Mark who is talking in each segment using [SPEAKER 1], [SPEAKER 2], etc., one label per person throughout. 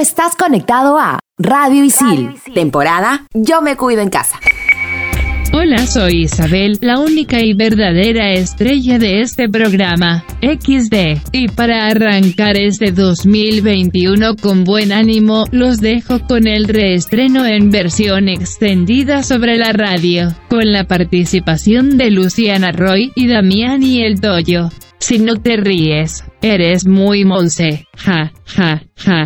[SPEAKER 1] estás conectado a Radio Isil, temporada Yo me cuido en casa.
[SPEAKER 2] Hola, soy Isabel, la única y verdadera estrella de este programa, XD. Y para arrancar este 2021 con buen ánimo, los dejo con el reestreno en versión extendida sobre la radio, con la participación de Luciana Roy y Damián y el Toyo. Si no te ríes, eres muy monse. Ja, ja, ja.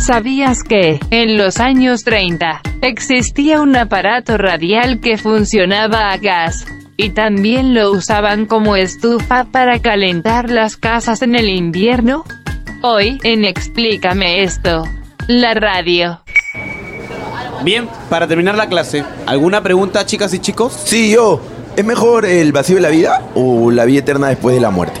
[SPEAKER 2] ¿Sabías que, en los años 30, existía un aparato radial que funcionaba a gas? Y también lo usaban como estufa para calentar las casas en el invierno. Hoy, en Explícame esto, la radio.
[SPEAKER 3] Bien, para terminar la clase, ¿alguna pregunta, chicas y chicos?
[SPEAKER 4] Sí, yo. ¿Es mejor el vacío de la vida o la vida eterna después de la muerte?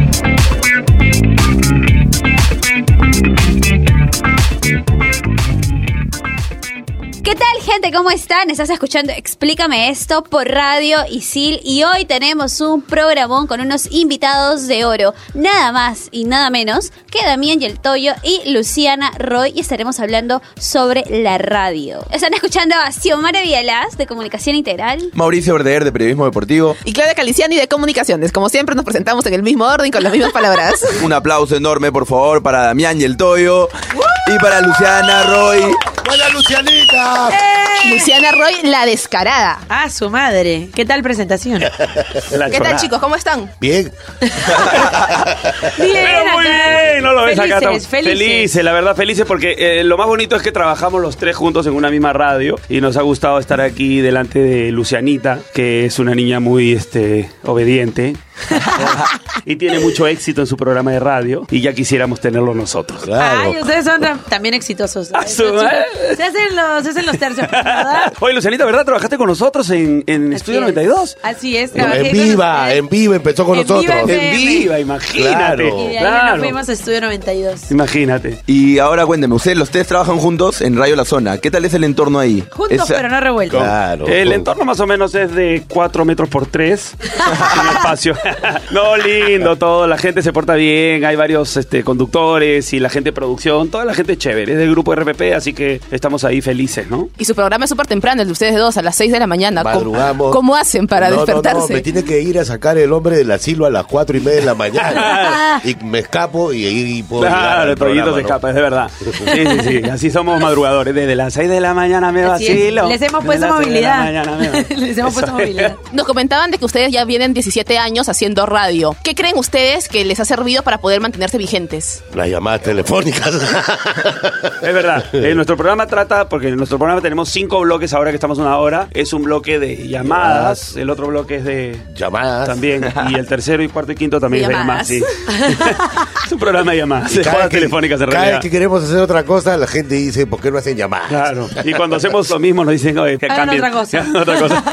[SPEAKER 5] ¿Qué tal gente? ¿Cómo están? Estás escuchando Explícame esto por Radio Isil y hoy tenemos un programón con unos invitados de oro, nada más y nada menos que Damián Yeltoyo y Luciana Roy y estaremos hablando sobre la radio. Están escuchando a Xiomara Vialas de Comunicación Integral.
[SPEAKER 4] Mauricio Verdeer de Periodismo Deportivo.
[SPEAKER 6] Y Claudia Caliciani de Comunicaciones. Como siempre nos presentamos en el mismo orden con las mismas palabras.
[SPEAKER 4] Un aplauso enorme, por favor, para Damián Yeltoyo y para Luciana Roy.
[SPEAKER 7] ¡Hola, Lucianita!
[SPEAKER 6] Luciana Roy, la descarada.
[SPEAKER 8] Ah, su madre. ¿Qué tal presentación?
[SPEAKER 6] ¿Qué tal, chicos? ¿Cómo están?
[SPEAKER 7] Bien.
[SPEAKER 8] Bien,
[SPEAKER 3] Pero muy
[SPEAKER 8] acá.
[SPEAKER 3] bien, no lo ves acá.
[SPEAKER 8] Felices,
[SPEAKER 3] estamos
[SPEAKER 8] felices.
[SPEAKER 3] la verdad, felices porque eh, lo más bonito es que trabajamos los tres juntos en una misma radio y nos ha gustado estar aquí delante de Lucianita, que es una niña muy este, obediente y tiene mucho éxito en su programa de radio y ya quisiéramos tenerlo nosotros.
[SPEAKER 8] Ay, ustedes son tam- también exitosos.
[SPEAKER 3] A Ah, su madre.
[SPEAKER 8] Se hacen los, se hacen los tercios, ¿verdad?
[SPEAKER 3] Oye, Lucianita, ¿verdad? Trabajaste con nosotros en, en
[SPEAKER 8] Así
[SPEAKER 3] Estudio
[SPEAKER 8] es.
[SPEAKER 3] 92.
[SPEAKER 8] Así es.
[SPEAKER 7] No,
[SPEAKER 8] trabajé
[SPEAKER 7] en
[SPEAKER 8] con
[SPEAKER 7] viva,
[SPEAKER 8] ustedes.
[SPEAKER 7] en viva empezó con
[SPEAKER 8] En
[SPEAKER 7] nosotros.
[SPEAKER 8] Viva
[SPEAKER 3] En
[SPEAKER 8] FM.
[SPEAKER 3] viva, imagínate.
[SPEAKER 8] Y de ahí nos
[SPEAKER 3] Claro.
[SPEAKER 8] fuimos a Estudio 92.
[SPEAKER 3] Imagínate.
[SPEAKER 4] Y ahora cuénteme, ustedes, los tres trabajan juntos en Radio La Zona. ¿Qué tal es el entorno ahí?
[SPEAKER 8] Juntos,
[SPEAKER 4] Es-
[SPEAKER 8] pero no revueltos.
[SPEAKER 7] Claro.
[SPEAKER 3] El entorno más o menos es de 4 metros por 3. sin espacio. no, lindo todo. La gente se porta bien. Hay varios este, conductores y la gente de producción. Toda la gente es chévere. Es del grupo RPP, así que estamos ahí felices, ¿no?
[SPEAKER 6] Y su programa es súper temprano, el de ustedes dos, a las 6 de la mañana. ¿Cómo- ¿Cómo,
[SPEAKER 7] Madrugamos.
[SPEAKER 6] hacen para
[SPEAKER 7] No, no, No,
[SPEAKER 6] despertarse?
[SPEAKER 7] me tiene que ir a sacar el hombre del asilo a las cuatro y media de la mañana. y me escapo y ahí puedo llegar
[SPEAKER 3] Claro,
[SPEAKER 7] al
[SPEAKER 3] el Toyito
[SPEAKER 7] programa,
[SPEAKER 3] se
[SPEAKER 7] ¿no?
[SPEAKER 3] escapa, es de verdad. Sí, sí, sí. Así somos madrugadores. Desde las 6 de la mañana me
[SPEAKER 8] Así es.
[SPEAKER 3] vacilo.
[SPEAKER 8] Les hemos
[SPEAKER 3] Desde
[SPEAKER 8] puesto
[SPEAKER 3] las seis de la
[SPEAKER 8] Pues movilidad.
[SPEAKER 3] mañana me vacilo.
[SPEAKER 8] Les hemos puesto movilidad.
[SPEAKER 6] Nos comentaban de que ustedes ya vienen 17 años haciendo radio. ¿Qué creen ustedes que les ha servido para poder mantenerse vigentes?
[SPEAKER 7] Las llamadas telefónicas.
[SPEAKER 3] Es verdad. Eh, nuestro programa trata, porque en nuestro programa tenemos cinco bloques ahora que estamos una hora. Es un bloque de llamadas, el otro bloque es de
[SPEAKER 7] llamadas.
[SPEAKER 3] también. Y el tercero y cuarto y quinto también es de
[SPEAKER 6] Llamadas.
[SPEAKER 3] llamadas. Sí. es un programa de llamadas, de llamadas telefónicas en
[SPEAKER 7] cada vez
[SPEAKER 3] realidad.
[SPEAKER 7] que queremos hacer otra cosa, la gente dice, ¿por qué no hacen llamadas?
[SPEAKER 3] Claro. Y cuando hacemos lo mismo nos dicen, oye, que
[SPEAKER 8] Hagan
[SPEAKER 3] cambien.
[SPEAKER 8] otra cosa.
[SPEAKER 3] Hagan otra cosa.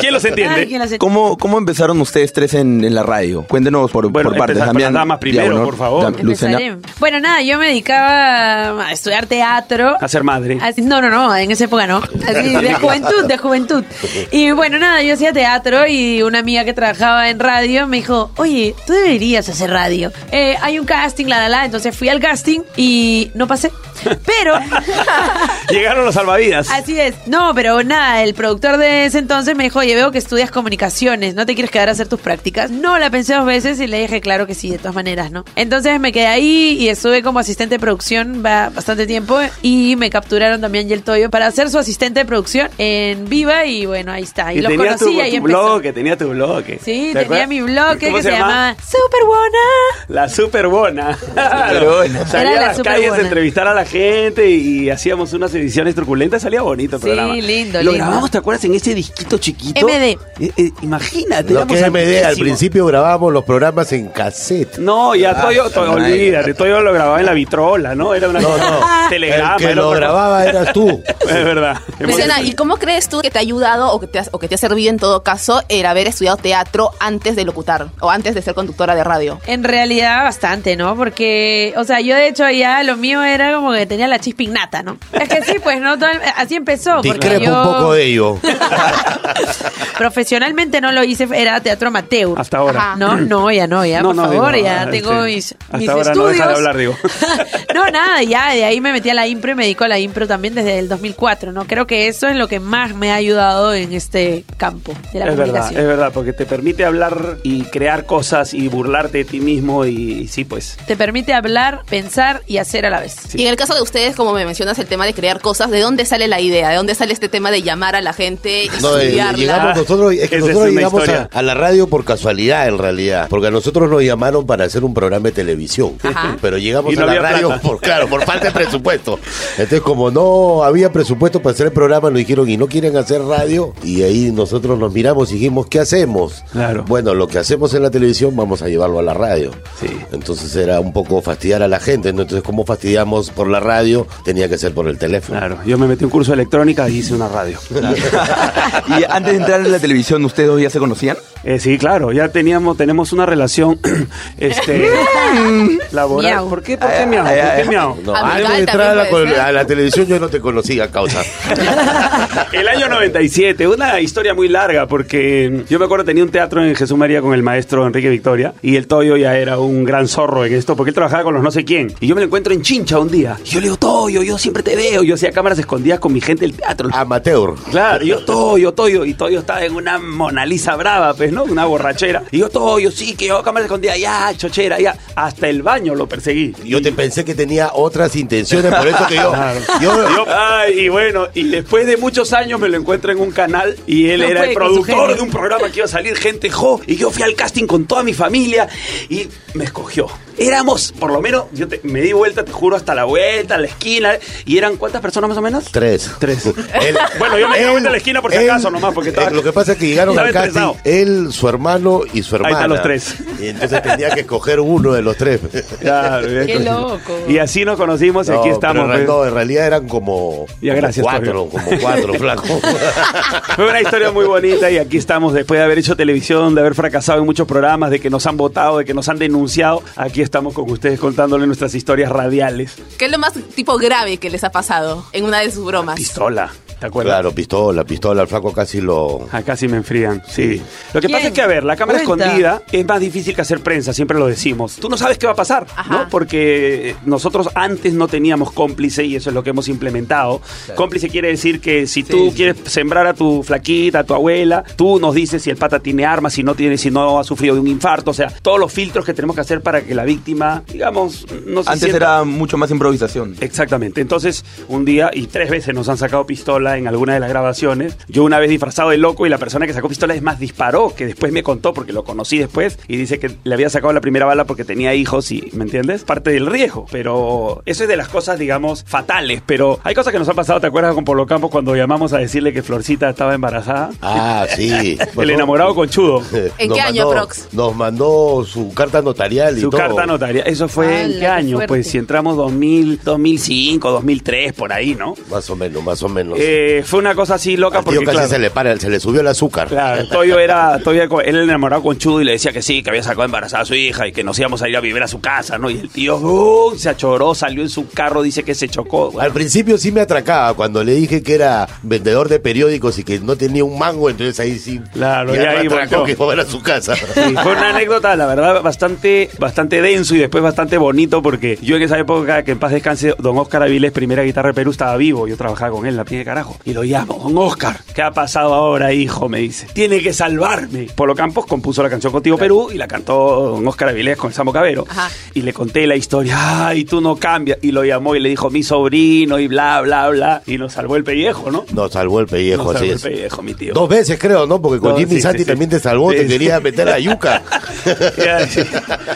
[SPEAKER 3] ¿Quién los entiende?
[SPEAKER 8] Ay, que las-
[SPEAKER 4] ¿Cómo, ¿Cómo empezaron ustedes tres en, en la radio? Cuéntenos por,
[SPEAKER 3] Bueno,
[SPEAKER 4] por partes.
[SPEAKER 3] empezar con
[SPEAKER 4] Damián,
[SPEAKER 3] las damas primero,
[SPEAKER 4] Diagonal,
[SPEAKER 3] por favor.
[SPEAKER 4] Dam- Luciana.
[SPEAKER 8] Empezaré. Bueno, nada, yo me dedicaba a estudiar teatro.
[SPEAKER 3] A ser madre.
[SPEAKER 8] Así- no, no, no, en esa época no. Así, de juventud, de juventud. Y bueno, nada, yo hacía teatro y una amiga que trabajaba en radio me dijo, oye, tú deberías hacer radio. Eh, hay un casting, la, la, la. Entonces fui al casting y no pasé. Pero...
[SPEAKER 3] Llegaron los salvavidas.
[SPEAKER 8] Así es. No, pero nada, el productor de ese entonces me dijo, oye, veo que estudias comunicaciones, ¿no te quieres quedar a hacer tus prácticas? No, la pensé dos veces y le dije, claro que sí, de todas maneras, ¿no? Entonces me quedé ahí y estuve como asistente de producción ba- bastante tiempo y me capturaron también Yel Toyo para ser su asistente de producción en Viva y bueno, ahí está. Y,
[SPEAKER 3] Que
[SPEAKER 8] lo
[SPEAKER 3] tenía
[SPEAKER 8] conocí
[SPEAKER 3] tu,
[SPEAKER 8] y ahí
[SPEAKER 3] tu
[SPEAKER 8] empezó.
[SPEAKER 3] bloque, tenía tu bloque.
[SPEAKER 8] Sí,
[SPEAKER 3] ¿Te
[SPEAKER 8] tenía
[SPEAKER 3] acuerdas?
[SPEAKER 8] mi bloque
[SPEAKER 3] ¿Cómo
[SPEAKER 8] que se, llamaba Superbuena.
[SPEAKER 3] La Superbona.
[SPEAKER 4] Superbona.
[SPEAKER 3] Salía
[SPEAKER 8] Era la
[SPEAKER 3] a las calles
[SPEAKER 8] Superbona.
[SPEAKER 3] a entrevistar a la gente y hacíamos unas ediciones truculentas. Salía bonito el
[SPEAKER 8] Sí,
[SPEAKER 3] programa.
[SPEAKER 8] lindo,
[SPEAKER 3] Lo
[SPEAKER 8] lindo.
[SPEAKER 3] grabamos, ¿te acuerdas? En ese disquito chiquito.
[SPEAKER 8] MD.
[SPEAKER 3] Eh, eh, imagínate.
[SPEAKER 7] Lo
[SPEAKER 3] éramos
[SPEAKER 7] que es MD, al
[SPEAKER 3] altísimos.
[SPEAKER 7] principio grabábamos los programas en cassette.
[SPEAKER 3] No, ya
[SPEAKER 7] Ah,
[SPEAKER 3] Toyo, Toyo,
[SPEAKER 7] madre.
[SPEAKER 3] olvídate, Toyo lo grababa en la vitrola, ¿no? Era una
[SPEAKER 7] No, no.
[SPEAKER 3] telegrama.
[SPEAKER 7] El que
[SPEAKER 3] era
[SPEAKER 7] lo
[SPEAKER 3] otra cosa.
[SPEAKER 7] grababa eras tú.
[SPEAKER 3] Es verdad.
[SPEAKER 6] Luciana, ¿y cómo crees tú que te ha ayudado o que te, ha- o que te ha servido en todo caso el haber estudiado teatro antes de locutar o antes de ser conductora de radio?
[SPEAKER 8] En realidad bastante, ¿no? Porque, o sea, yo de hecho ya lo mío era como que tenía la chispa innata, ¿no? Es que sí, pues, ¿no? Todo el- así empezó. porque
[SPEAKER 7] Discrepo
[SPEAKER 8] yo
[SPEAKER 7] un poco de ello.
[SPEAKER 8] Profesionalmente no lo hice, era teatro amateur.
[SPEAKER 3] Hasta ahora.
[SPEAKER 8] Ajá. No, no, ya no, ya, por
[SPEAKER 3] digo,
[SPEAKER 8] favor, ya
[SPEAKER 3] este,
[SPEAKER 8] tengo mis,
[SPEAKER 3] Hasta
[SPEAKER 8] mis
[SPEAKER 3] ahora no
[SPEAKER 8] estudios.
[SPEAKER 3] deja de hablar, digo.
[SPEAKER 8] No, nada, ya de ahí me metí a la impro y me dedico a la impro también desde el 2004, ¿no? Creo que eso es lo que más me ha ayudado en este campo de la
[SPEAKER 3] es verdad,
[SPEAKER 8] comunicación.
[SPEAKER 3] es verdad, porque te permite hablar y crear cosas y burlarte de ti mismo y, y sí, pues.
[SPEAKER 8] Te permite hablar, pensar y hacer a la vez.
[SPEAKER 6] Y en el caso de ustedes, como me mencionas el tema de crear cosas, ¿de dónde sale la idea? ¿De dónde sale este tema de llamar a la gente y
[SPEAKER 7] No, eh,
[SPEAKER 6] estudiarla?
[SPEAKER 7] llegamos nosotros, es que
[SPEAKER 3] Esa es
[SPEAKER 7] nosotros
[SPEAKER 3] una
[SPEAKER 7] llegamos a,
[SPEAKER 3] historia.
[SPEAKER 7] a la radio por casualidad en realidad, porque a nosotros nos llamaron para hacer un programa de televisión,
[SPEAKER 6] Ajá.
[SPEAKER 7] pero llegamos
[SPEAKER 3] Y no
[SPEAKER 7] a la
[SPEAKER 3] había
[SPEAKER 7] radio
[SPEAKER 3] plata.
[SPEAKER 7] por claro, por falta de presupuesto. Entonces como no había presupuesto para hacer el programa, nos dijeron y no quieren hacer radio y ahí nosotros nos miramos y dijimos qué hacemos.
[SPEAKER 3] Claro.
[SPEAKER 7] Bueno, lo que hacemos en la televisión vamos a llevarlo a la radio.
[SPEAKER 3] Sí.
[SPEAKER 7] Entonces era un poco fastidiar a la gente, ¿no? entonces como fastidiamos por la radio tenía que ser por el teléfono.
[SPEAKER 3] Claro, yo me metí un curso de electrónica y hice una radio.
[SPEAKER 4] Y antes de entrar en la televisión, ¿ustedes dos ya se conocían?
[SPEAKER 3] Eh, sí, claro, ya teníamos, tenemos una relación este, laboral.
[SPEAKER 8] Miau.
[SPEAKER 3] ¿Por qué? ¿Por qué miau?
[SPEAKER 7] Ay, ay,
[SPEAKER 3] ¿Por qué
[SPEAKER 7] ay.
[SPEAKER 3] miau?
[SPEAKER 7] No,
[SPEAKER 6] Amical
[SPEAKER 7] antes de
[SPEAKER 6] también
[SPEAKER 7] entrar a la,
[SPEAKER 6] puede
[SPEAKER 7] col-
[SPEAKER 6] ser.
[SPEAKER 7] a la televisión yo no te conocía, causa.
[SPEAKER 3] El año 97, una historia muy larga porque yo me acuerdo tenía un teatro en Jesús María con el maestro Enrique Victoria y el Toyo ya era un gran zorro en esto porque él trabajaba con los no sé quién y yo me lo encuentro en Chincha un día y yo le digo, Toyo, yo siempre te veo, yo hacía cámaras escondidas con mi gente del teatro.
[SPEAKER 7] Amateur.
[SPEAKER 3] Claro, yo Toyo, Toyo, y Toyo estaba en una Mona Lisa brava, pues, ¿no? Una borrachera. Y yo Toyo, sí, que yo hago cámaras escondidas, ya, chochera, ya. Hasta el baño lo perseguí.
[SPEAKER 7] Yo te pensé que tenía otras intenciones, por eso que yo.
[SPEAKER 3] Claro.
[SPEAKER 7] yo-
[SPEAKER 3] Yo- ay, y bueno, y después de muchos años me lo encuentro en un canal y él
[SPEAKER 8] No
[SPEAKER 3] era el
[SPEAKER 8] puede con su
[SPEAKER 3] productor
[SPEAKER 8] genio.
[SPEAKER 3] de un programa que iba a salir gente jo, y yo fui al casting con toda mi familia y me escogió. Éramos, por lo menos, yo te- me di vuelta, te juro, hasta la vuelta, a la esquina, y eran cuántas personas más o menos?
[SPEAKER 7] Tres.
[SPEAKER 3] Tres.
[SPEAKER 7] Él-
[SPEAKER 3] Bueno, yo me di
[SPEAKER 7] él-
[SPEAKER 3] vuelta a la esquina por si
[SPEAKER 7] él-
[SPEAKER 3] acaso nomás, porque estaba-
[SPEAKER 7] eh, lo que pasa es que llegaron
[SPEAKER 3] estaba
[SPEAKER 7] al casting
[SPEAKER 3] estresado.
[SPEAKER 7] él, su hermano y su
[SPEAKER 3] Ahí
[SPEAKER 7] hermana.
[SPEAKER 3] están los tres.
[SPEAKER 7] Y entonces tenía que escoger uno de los tres.
[SPEAKER 3] Claro, bien.
[SPEAKER 8] Qué loco.
[SPEAKER 3] Y así nos conocimos y aquí
[SPEAKER 7] No, pero
[SPEAKER 3] estamos.
[SPEAKER 7] en
[SPEAKER 3] pues.
[SPEAKER 7] no, en realidad eran como,
[SPEAKER 3] Ya,
[SPEAKER 7] como
[SPEAKER 3] gracias,
[SPEAKER 7] cuatro,
[SPEAKER 3] Toño.
[SPEAKER 7] como cuatro, flaco.
[SPEAKER 3] Fue una historia muy bonita y aquí estamos después de haber hecho televisión, de haber fracasado en muchos programas, de que nos han votado, de que nos han denunciado. Aquí estamos con ustedes contándole nuestras historias radiales.
[SPEAKER 6] ¿Qué es lo más tipo grave que les ha pasado en una de sus bromas?
[SPEAKER 3] Pistola, ¿te acuerdas?
[SPEAKER 7] claro, pistola, pistola, el flaco casi lo.
[SPEAKER 3] Acá sí me enfrían, sí. Lo que
[SPEAKER 8] ¿Quién?
[SPEAKER 3] pasa es que, a ver, la cámara
[SPEAKER 8] Cuenta.
[SPEAKER 3] escondida es más difícil que hacer prensa, siempre lo decimos. Tú no sabes qué va a pasar,
[SPEAKER 6] Ajá.
[SPEAKER 3] ¿no? Porque nosotros antes no teníamos cómplice y eso es lo que hemos implementado. Cómplice quiere decir que si tú quieres sembrar a tu flaquita, a tu abuela, tú nos dices si el pata tiene armas, si no tiene, si no ha sufrido de un infarto, o sea, todos los filtros que tenemos que hacer para que la víctima, digamos, no se
[SPEAKER 4] Antes
[SPEAKER 3] sienta-
[SPEAKER 4] era mucho más improvisación.
[SPEAKER 3] Exactamente. Entonces, un día y tres veces nos han sacado pistola en alguna de las grabaciones. Yo una vez disfrazado de loco y la persona que sacó pistola es más disparó, que después me contó porque lo conocí después y dice que le había sacado la primera bala porque tenía hijos y, ¿me entiendes? Parte del riesgo. Pero eso es de las cosas, digamos, fatales. Pero hay cosas que nos han pasado, ¿te acuerdas con Polo Campos cuando llamamos a decirle que Florcita estaba embarazada?
[SPEAKER 7] Ah, sí.
[SPEAKER 3] El enamorado conchudo.
[SPEAKER 6] ¿En
[SPEAKER 7] Nos
[SPEAKER 6] qué año,
[SPEAKER 7] mandó-
[SPEAKER 6] Prox?
[SPEAKER 7] Nos mandó su carta notarial y
[SPEAKER 3] Su
[SPEAKER 7] todo.
[SPEAKER 3] carta notaria. Eso
[SPEAKER 6] Ah,
[SPEAKER 3] fue
[SPEAKER 8] ¡Hala,
[SPEAKER 3] en
[SPEAKER 8] qué
[SPEAKER 3] qué año?
[SPEAKER 8] fuerte!
[SPEAKER 3] Pues si entramos 2000, 2005, 2003, por ahí, ¿no?
[SPEAKER 7] Más o menos, más o menos.
[SPEAKER 3] Eh, fue una cosa así loca
[SPEAKER 7] Al tío
[SPEAKER 3] porque
[SPEAKER 7] casi
[SPEAKER 3] claro,
[SPEAKER 7] se le para, se le subió el azúcar.
[SPEAKER 3] claro, Toyo era Toyo era co- él era enamorado con Chudo y le decía que sí, que había sacado embarazada a su hija y que nos íbamos a ir a vivir a su casa, ¿no? Y el tío uh, se achoró, salió en su carro, dice que se chocó. Bueno,
[SPEAKER 7] Al principio sí me atracaba cuando le dije que era vendedor de periódicos y que no tenía un mango, entonces ahí sí.
[SPEAKER 3] Claro,
[SPEAKER 7] ya
[SPEAKER 3] y ahí
[SPEAKER 7] me atracó
[SPEAKER 3] volteó.
[SPEAKER 7] que fuera a su casa.
[SPEAKER 3] Sí, fue una anécdota, la verdad, bastante, bastante denso y después bastante bonito porque yo en esa época, que en paz descanse, don Óscar Avilés, primera guitarra de Perú, estaba vivo. Yo trabajaba con él, la piel de carajo. hijo. Y lo llamo, don Oscar. ¿Qué ha pasado ahora, hijo? Me dice. Tiene que salvarme. Polo Campos compuso la canción Contigo Perú y la cantó don Oscar Avilés con Samo Cabero. Y le conté la historia. Ay, tú no cambias. Y lo llamó y le dijo, mi sobrino y bla, bla, bla. Y nos salvó el pellejo, ¿no?
[SPEAKER 7] Nos salvó el pellejo,
[SPEAKER 3] Nos
[SPEAKER 7] así
[SPEAKER 3] salvó
[SPEAKER 7] es.
[SPEAKER 3] el pellejo, mi tío.
[SPEAKER 7] Dos veces creo, ¿no? Porque con
[SPEAKER 3] No,
[SPEAKER 7] Jimmy
[SPEAKER 3] sí,
[SPEAKER 7] Santi
[SPEAKER 3] sí, sí.
[SPEAKER 7] también te salvó,
[SPEAKER 3] Sí,
[SPEAKER 7] te
[SPEAKER 3] sí.
[SPEAKER 7] quería meter la yuca.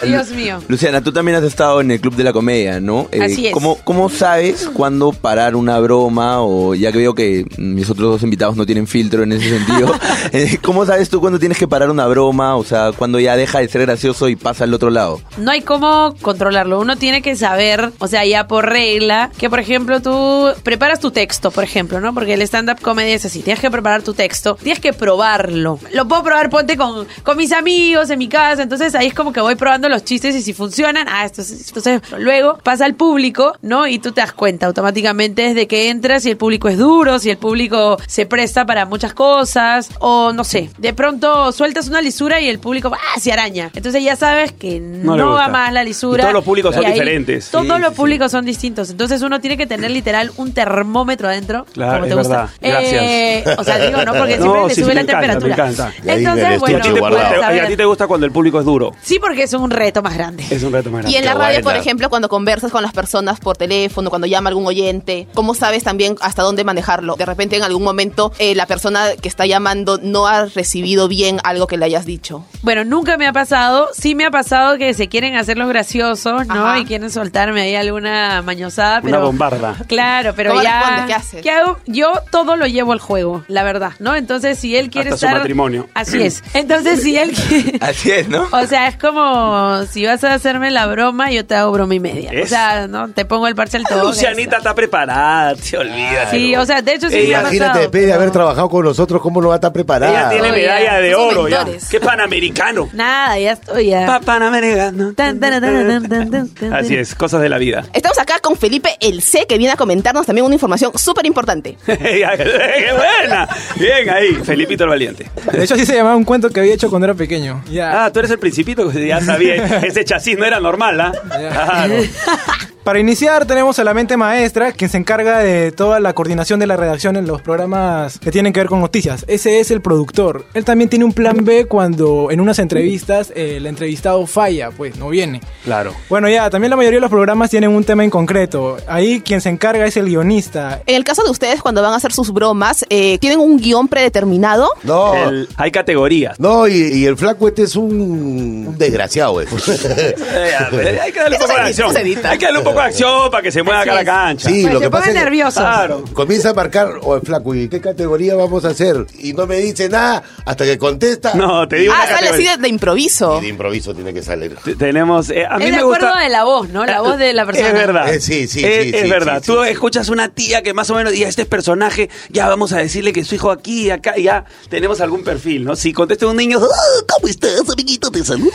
[SPEAKER 8] Dios mío.
[SPEAKER 4] Luciana, tú también has estado en el Club de la Comedia, ¿no? Eh,
[SPEAKER 8] Así es.
[SPEAKER 4] ¿cómo, cómo sabes cuándo parar una broma? O ya que veo que mis otros dos invitados no tienen filtro en ese sentido, eh, ¿cómo sabes tú cuándo tienes que parar una broma? O sea, cuando ya deja de ser gracioso y pasa al otro lado.
[SPEAKER 8] No hay cómo controlarlo. Uno tiene que saber, o sea, ya por regla, que por ejemplo tú preparas tu texto, por ejemplo, ¿no? Porque el stand-up comedy es así. Tienes que preparar tu texto, tienes que probarlo. Lo puedo probar, ponte con, con mis amigos en mi casa. Entonces ahí es como que voy probando los chistes y si funcionan, ah, esto es- entonces luego pasa al público, ¿no? Y tú te das cuenta automáticamente desde que entras si el público es duro, si el público se presta para muchas cosas, o no sé. De pronto sueltas una lisura y el público ¡ah! se araña. Entonces ya sabes que no,
[SPEAKER 3] le
[SPEAKER 8] va
[SPEAKER 3] gusta.
[SPEAKER 8] más la lisura.
[SPEAKER 3] Y todos los públicos son
[SPEAKER 8] ahí
[SPEAKER 3] diferentes.
[SPEAKER 8] Todos
[SPEAKER 3] Sí,
[SPEAKER 8] los públicos son distintos. Entonces uno tiene que tener literal un termómetro adentro.
[SPEAKER 3] Claro,
[SPEAKER 8] como
[SPEAKER 3] es
[SPEAKER 8] te gusta.
[SPEAKER 3] verdad.
[SPEAKER 8] Eh,
[SPEAKER 3] Gracias.
[SPEAKER 8] o sea, digo, no, porque siempre
[SPEAKER 3] No,
[SPEAKER 8] te
[SPEAKER 3] sí,
[SPEAKER 8] sube
[SPEAKER 3] sí,
[SPEAKER 8] la
[SPEAKER 3] me encanta,
[SPEAKER 8] temperatura.
[SPEAKER 3] me encanta.
[SPEAKER 8] Entonces,
[SPEAKER 3] Y a ti te
[SPEAKER 8] bueno,
[SPEAKER 3] gusta-
[SPEAKER 8] puedes
[SPEAKER 3] y a ti
[SPEAKER 8] saber.
[SPEAKER 3] te gusta cuando el público es duro.
[SPEAKER 8] Sí, porque es un reto más grande.
[SPEAKER 3] Es un reto más grande.
[SPEAKER 6] Y en la radio, por ejemplo, cuando conversas con las personas por teléfono, cuando llama algún oyente, ¿cómo sabes también hasta dónde manejarlo? De repente en algún momento eh, la persona que está llamando no ha recibido bien algo que le hayas dicho.
[SPEAKER 8] Bueno, nunca me ha pasado. Sí me ha pasado que se quieren hacer los graciosos, ¿no? Y quieren soltarme ahí alguna mañosada, pero...
[SPEAKER 3] Una bombarda.
[SPEAKER 8] Claro, pero
[SPEAKER 6] ¿Cómo
[SPEAKER 8] ya...
[SPEAKER 6] respondes? ¿Qué haces?
[SPEAKER 8] hago? Yo todo lo llevo al juego, la verdad, ¿no? Entonces, si él quiere
[SPEAKER 4] Hasta su
[SPEAKER 8] estar...
[SPEAKER 4] matrimonio.
[SPEAKER 8] Así es. Entonces, si él... qui-
[SPEAKER 4] Así es, ¿no?
[SPEAKER 8] O sea, es como si vas a hacerme la broma, yo te hago broma y media. O
[SPEAKER 3] Es-
[SPEAKER 8] sea, ¿no? Te pongo el parche al todo.
[SPEAKER 3] Lucianita está preparada, te olvidas.
[SPEAKER 8] Sí, o sea, de hecho sí me ha
[SPEAKER 7] Imagínate,
[SPEAKER 8] pasado.
[SPEAKER 7] después de haber trabajado con nosotros, ¿cómo no va a estar preparada?
[SPEAKER 3] Ella tiene medalla de
[SPEAKER 8] son
[SPEAKER 3] oro ya.
[SPEAKER 8] mentores.
[SPEAKER 3] ¡Qué panamericano!
[SPEAKER 8] Nada, ya estoy ya. Tan, tan, tan, tan, tan, tan, tan.
[SPEAKER 3] Así es, cosas de la vida.
[SPEAKER 6] Estamos acá con Felipe El C, que viene a comentarnos también una información súper importante.
[SPEAKER 3] ¡Qué buena! Bien ahí, Felipito el Valiente.
[SPEAKER 9] De hecho, así se llamaba un cuento que había hecho cuando era pequeño.
[SPEAKER 3] Ah, tú eres el principito, ya sabía. Ese chasis no era normal, ¿ah? Claro.
[SPEAKER 9] Para iniciar tenemos a la mente maestra, quien se encarga de toda la coordinación de la redacción en los programas que tienen que ver con noticias. Ese es el productor. Él también tiene un plan B cuando en unas entrevistas eh, el entrevistado falla, pues no viene.
[SPEAKER 3] Claro.
[SPEAKER 9] Bueno, ya, también la mayoría de los programas tienen un tema en concreto. Ahí quien se encarga es el guionista.
[SPEAKER 6] En el caso de ustedes, cuando van a hacer sus bromas, eh, ¿tienen un guión predeterminado?
[SPEAKER 7] No.
[SPEAKER 3] El- hay categorías.
[SPEAKER 7] No, y, y el flaco este es un, un desgraciado, eh.
[SPEAKER 3] Eh, a ver, hay que darle un poco de acción. Hay que darle un poco de acción para que se mueva acá la cancha.
[SPEAKER 8] Pues
[SPEAKER 7] Sí, lo que pasa es que-
[SPEAKER 3] Claro.
[SPEAKER 7] Comienza a marcar, o el flaco, ¿y qué categoría vamos a hacer? Y no me dice nada hasta que contesta.
[SPEAKER 3] No, te digo
[SPEAKER 6] ah, sale
[SPEAKER 3] una
[SPEAKER 6] así
[SPEAKER 3] categoría.
[SPEAKER 6] de, de improviso.
[SPEAKER 7] De improviso tiene que salir.
[SPEAKER 3] Tenemos. eh, a mí
[SPEAKER 8] es de
[SPEAKER 3] me
[SPEAKER 8] acuerdo
[SPEAKER 3] gusta. Ah,
[SPEAKER 8] de la voz, ¿no? La voz de la persona.
[SPEAKER 3] Es verdad.
[SPEAKER 7] Eh, sí, sí,
[SPEAKER 3] Es,
[SPEAKER 7] sí,
[SPEAKER 3] es
[SPEAKER 7] sí,
[SPEAKER 3] verdad.
[SPEAKER 7] sí,
[SPEAKER 3] Tú escuchas una tía que más o menos, y a este personaje, ya vamos a decirle que su hijo aquí, acá, ya tenemos algún perfil, ¿no? Si contesta un niño, "Ah, ¿cómo estás, amiguito? Te saludo.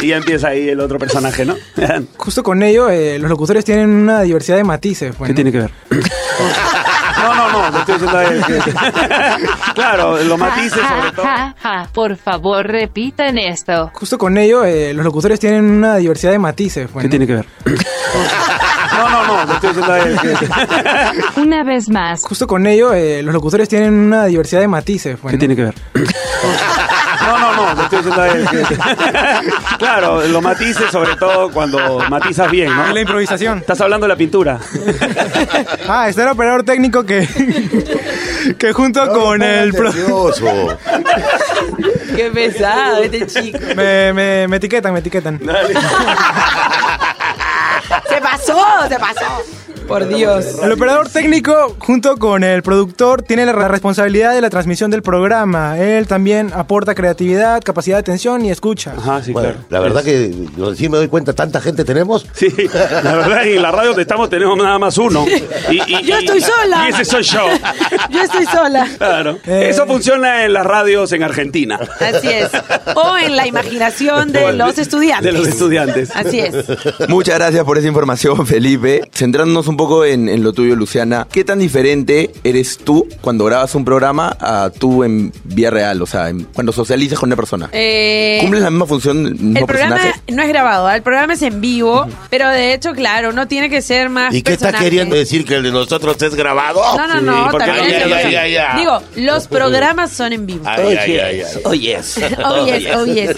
[SPEAKER 3] y ya empieza ahí el otro personaje, ¿no?
[SPEAKER 9] Justo con ello, eh, los locutores tienen una diversidad de matices. pues, ¿Qué tiene
[SPEAKER 3] que ver? No, no, no, lo estoy diciendo a él. claro, lo matices
[SPEAKER 8] Ah,
[SPEAKER 3] sobre todo.
[SPEAKER 2] Ja, ja, por favor, repitan esto.
[SPEAKER 9] Justo con ello, eh, los locutores tienen una diversidad de matices. pues, ¿Qué tiene
[SPEAKER 3] que ver? No, no, no, lo estoy diciendo a él.
[SPEAKER 2] Una vez más.
[SPEAKER 9] Justo con ello, eh, los locutores tienen una diversidad de matices. pues, ¿Qué tiene
[SPEAKER 3] que ver? No, no, no, lo estoy diciendo a él. Claro, lo matices sobre todo cuando matizas bien, ¿no?
[SPEAKER 9] La improvisación.
[SPEAKER 3] Estás hablando de la pintura.
[SPEAKER 9] Ah, está el operador técnico que, que junto con el... pro-
[SPEAKER 8] Qué pesado este chico.
[SPEAKER 9] me, me- me etiquetan, me etiquetan.
[SPEAKER 8] Se pasó, se pasó. Por Dios.
[SPEAKER 9] El operador técnico, junto con el productor, tiene la responsabilidad de la transmisión del programa. Él también aporta creatividad, capacidad de atención y escucha.
[SPEAKER 3] Ajá, sí,
[SPEAKER 7] Bueno,
[SPEAKER 3] claro.
[SPEAKER 7] la verdad que yo sí me doy cuenta, tanta gente tenemos.
[SPEAKER 3] Sí, la verdad, en la radio donde estamos tenemos nada más uno. Y, y-
[SPEAKER 8] Yo
[SPEAKER 3] y-
[SPEAKER 8] estoy sola. Eh.
[SPEAKER 3] Y ese soy yo.
[SPEAKER 8] Yo estoy sola.
[SPEAKER 3] Claro. Eso funciona en las radios en Argentina.
[SPEAKER 8] Así es. O en la imaginación de los estudiantes.
[SPEAKER 3] De los estudiantes.
[SPEAKER 8] Así es.
[SPEAKER 4] Muchas gracias por esa información, Felipe. Centrándonos un poco en, en lo tuyo, Luciana. ¿Qué tan diferente eres tú cuando grabas un programa a tú en vía real? O sea, en- cuando socializas con una persona.
[SPEAKER 8] Eh,
[SPEAKER 4] ¿Cumples la misma función, el mismo
[SPEAKER 8] el programa
[SPEAKER 4] personaje?
[SPEAKER 8] no es grabado, ¿ah? el programa es en vivo, pero de hecho, claro, no tiene que ser más.
[SPEAKER 7] ¿Y qué está
[SPEAKER 8] personaje.
[SPEAKER 7] queriendo decir que el de nosotros es grabado?
[SPEAKER 8] No, no, no,
[SPEAKER 7] Sí, porque-
[SPEAKER 8] también.
[SPEAKER 7] Ay, ay, ay, ay, ay.
[SPEAKER 8] Digo, los programas son en vivo.
[SPEAKER 7] Ay, ay, ay, ay.
[SPEAKER 10] Oh, yes.
[SPEAKER 8] Oh, yes, oh, yes.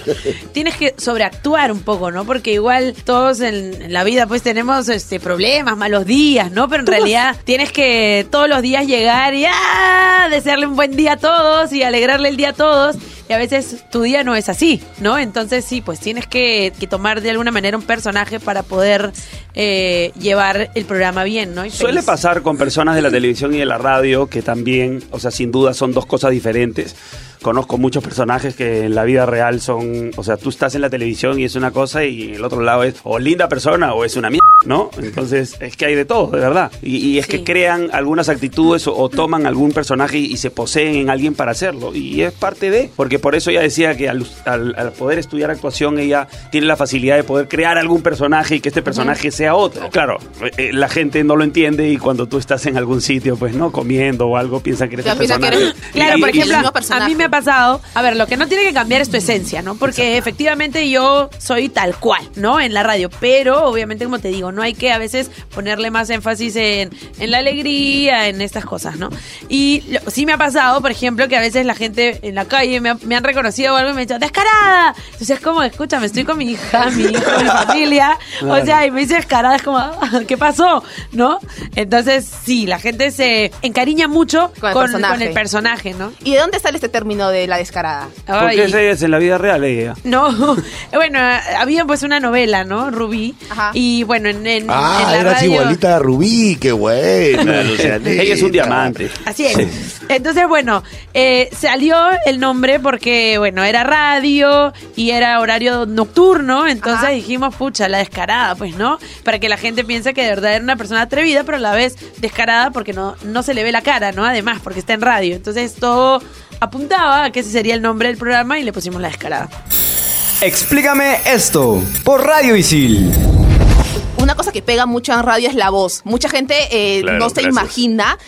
[SPEAKER 8] Tienes que sobreactuar un poco, ¿no? Porque igual todos en en la vida pues tenemos este problemas, malos días, ¿no? Pero en realidad tienes que todos los días llegar y ¡ah! desearle un buen día a todos y alegrarle el día a todos. Y a veces tu día no es así, ¿no? Entonces sí, pues tienes que, que tomar de alguna manera un personaje para poder eh, llevar el programa bien, ¿no? Y
[SPEAKER 3] Suele
[SPEAKER 8] feliz.
[SPEAKER 3] pasar con personas de la televisión y de la radio que también, o sea, sin duda son dos cosas diferentes. Conozco muchos personajes que en la vida real son, o sea, tú estás en la televisión y es una cosa y el otro lado es o linda persona o es una mierda, ¿no? Entonces es que hay de todo, de verdad. Y, y es que crean algunas actitudes o, o toman algún personaje y, y se poseen en alguien para hacerlo. Y es parte de, porque por eso ella decía que al, al- al poder estudiar actuación ella tiene la facilidad de poder crear algún personaje y que este personaje sea otro. Claro, eh, eh, la gente no lo entiende y cuando tú estás en algún sitio, pues no, comiendo o algo, piensan que eres
[SPEAKER 8] Ya
[SPEAKER 3] un
[SPEAKER 8] piensan que
[SPEAKER 3] personaje. Y-
[SPEAKER 8] Claro, por
[SPEAKER 3] y-
[SPEAKER 8] ejemplo,
[SPEAKER 3] y-
[SPEAKER 8] a mí me ha pasado. A ver, lo que no tiene que cambiar es tu esencia, ¿no? Porque efectivamente yo soy tal cual, ¿no? En la radio. Pero obviamente, como te digo, no hay que a veces ponerle más énfasis en, en la alegría, en estas cosas, ¿no? Y lo- sí me ha pasado, por ejemplo, que a veces la gente en la calle me, ha- me han reconocido o algo y me han dicho, ¡descarada! Entonces es como, escúchame, estoy con mi hija, mi hijo, mi familia. O
[SPEAKER 11] Claro.
[SPEAKER 8] sea, y me dice descarada, es como, "Ah, ¿qué pasó? ¿No? Entonces, sí, la gente se encariña mucho
[SPEAKER 6] Con el
[SPEAKER 8] con-
[SPEAKER 6] personaje.
[SPEAKER 8] con el personaje, ¿no?
[SPEAKER 6] ¿Y de dónde sale este término de la descarada?
[SPEAKER 3] ¿Por
[SPEAKER 8] Ay.
[SPEAKER 3] qué esa es en la vida real ella?
[SPEAKER 8] No, bueno, había pues una novela, ¿no? Rubí. Y bueno, en, en- en
[SPEAKER 7] Ah,
[SPEAKER 8] la
[SPEAKER 7] eras
[SPEAKER 8] radio.
[SPEAKER 7] igualita a Rubí, qué buena, Lucianita.
[SPEAKER 3] Ella es un diamante.
[SPEAKER 8] Así es. Entonces, bueno, eh, salió el nombre porque, bueno, era radio y era horario nocturno. Entonces dijimos, pucha, la descarada, pues, ¿no? Para que la gente piense que de verdad era una persona atrevida, pero a la vez descarada porque no, no se le ve la cara, ¿no? Además, porque está en radio. Entonces, todo apuntaba a que ese sería el nombre del programa y le pusimos la descarada.
[SPEAKER 12] Explícame esto por Radio Isil.
[SPEAKER 6] Una cosa que pega mucho en radio es la voz. Mucha gente eh,
[SPEAKER 12] Claro,
[SPEAKER 6] no se
[SPEAKER 12] gracias.
[SPEAKER 6] imagina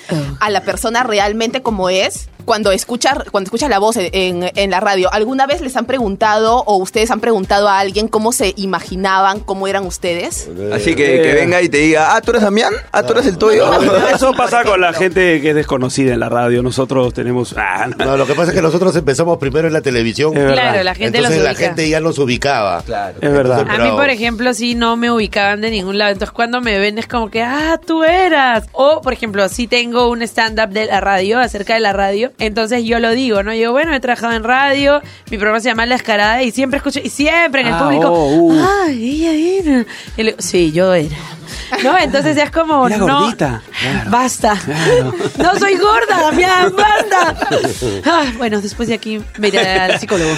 [SPEAKER 6] a la persona realmente como es cuando escucha, cuando escucha la voz en, en la radio. ¿Alguna vez les han preguntado o ustedes han preguntado a alguien cómo se imaginaban, cómo eran ustedes?
[SPEAKER 4] Así que,
[SPEAKER 8] Eh.
[SPEAKER 4] que venga y te diga, ah, tú eres Damián, ah, tú eres el tuyo.
[SPEAKER 3] Eso pasa con la gente que es desconocida en la radio. Nosotros tenemos. Ah, no.
[SPEAKER 7] No, lo que pasa es que nosotros empezamos primero en la televisión.
[SPEAKER 3] Es verdad. Claro,
[SPEAKER 8] la gente
[SPEAKER 7] Entonces
[SPEAKER 8] los
[SPEAKER 7] la
[SPEAKER 8] ubica.
[SPEAKER 7] gente ya los ubicaba. Claro.
[SPEAKER 3] Es verdad.
[SPEAKER 8] A mí, por ejemplo, sí no me ubicaban de ningún lado. Entonces, cuando me ven es como que, ah, tú eras. O, por ejemplo, sí tengo un stand-up de la radio, acerca de la radio. Entonces, yo lo digo, ¿no? Yo, bueno, he trabajado en radio, mi programa se llama La Escarada y siempre escucho, y siempre en el
[SPEAKER 11] Ah,
[SPEAKER 8] público,
[SPEAKER 11] oh, uh.
[SPEAKER 8] ay, ella era. Y le digo, sí, yo era. No, entonces ya es como,
[SPEAKER 11] Era
[SPEAKER 8] no,
[SPEAKER 11] gordita.
[SPEAKER 8] basta. No soy gorda, Damián, basta. Ah, bueno, después de aquí me iré al psicólogo.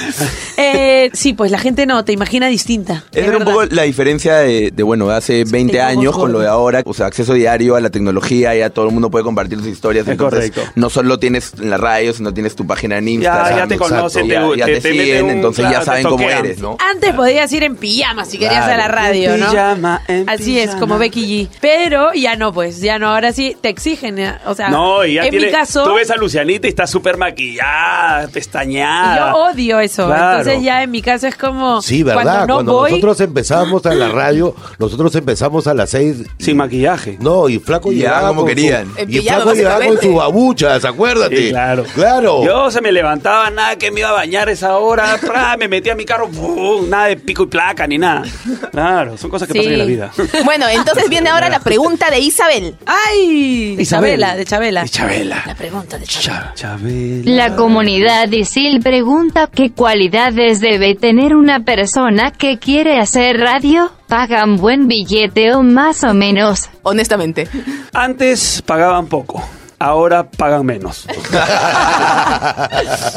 [SPEAKER 8] Eh, sí, pues la gente no, te imagina distinta.
[SPEAKER 4] Esa era un poco la diferencia de, de, bueno, hace 20
[SPEAKER 8] tengo
[SPEAKER 4] años
[SPEAKER 8] voz
[SPEAKER 4] con lo de ahora, o sea, acceso diario a la tecnología, ya todo el mundo puede compartir sus historias.
[SPEAKER 3] Es
[SPEAKER 4] entonces,
[SPEAKER 3] correcto.
[SPEAKER 4] no solo tienes en la radio, sino tienes tu página en Instagram.
[SPEAKER 3] ya te
[SPEAKER 4] exacto,
[SPEAKER 3] conocen, te-
[SPEAKER 4] ya, ya
[SPEAKER 3] te-
[SPEAKER 4] te
[SPEAKER 3] te meten
[SPEAKER 4] siguen,
[SPEAKER 3] un-
[SPEAKER 4] entonces ya
[SPEAKER 3] claro, te
[SPEAKER 4] saben cómo
[SPEAKER 3] toquean.
[SPEAKER 4] eres, ¿no?
[SPEAKER 8] Antes podías ir en pijama si querías
[SPEAKER 4] Claro.
[SPEAKER 8] a la radio,
[SPEAKER 4] En
[SPEAKER 8] ¿no?
[SPEAKER 4] pijama,
[SPEAKER 8] Así es, como Becky G. Pero ya no, pues, ya no, ahora sí te exigen. ¿eh? O sea,
[SPEAKER 3] No, y ya
[SPEAKER 8] en
[SPEAKER 3] tiene-
[SPEAKER 8] mi caso,
[SPEAKER 3] Tú ves a Lucianita y está súper maquillada, pestañada.
[SPEAKER 8] yo odio eso.
[SPEAKER 7] Claro.
[SPEAKER 8] Entonces ya en mi caso es como
[SPEAKER 7] Sí, ¿verdad?
[SPEAKER 8] cuando
[SPEAKER 7] Cuando,
[SPEAKER 8] no voy.
[SPEAKER 7] nosotros empezamos a la radio, nosotros empezamos a las seis.
[SPEAKER 3] Sin maquillaje.
[SPEAKER 7] No, y Flaco
[SPEAKER 4] Ya,
[SPEAKER 7] llegaba
[SPEAKER 4] como
[SPEAKER 7] con
[SPEAKER 4] querían.
[SPEAKER 7] su-
[SPEAKER 3] En
[SPEAKER 7] y
[SPEAKER 3] pijama,
[SPEAKER 7] Flaco llegaba con
[SPEAKER 3] básicamente.
[SPEAKER 7] sus babuchas, acuérdate.
[SPEAKER 3] Sí, claro.
[SPEAKER 7] Claro.
[SPEAKER 3] Yo se me levantaba, nada que me iba a bañar esa hora, pra, me metía a mi carro, ¡bum! nada de pico y placa ni nada. Claro, son cosas que
[SPEAKER 6] Sí.
[SPEAKER 3] pasan en la vida.
[SPEAKER 6] Bueno, entonces viene ahora la pregunta de Isabel.
[SPEAKER 8] ¡Ay!
[SPEAKER 3] Isabel.
[SPEAKER 8] de Chabela. De
[SPEAKER 3] Chabela.
[SPEAKER 8] La pregunta de
[SPEAKER 3] Chabela. Chabela.
[SPEAKER 11] La comunidad Isil pregunta qué cualidades debe tener una persona que quiere hacer radio. ¿Pagan buen billete o más o menos?
[SPEAKER 6] Honestamente.
[SPEAKER 3] Antes pagaban poco. ahora pagan menos. es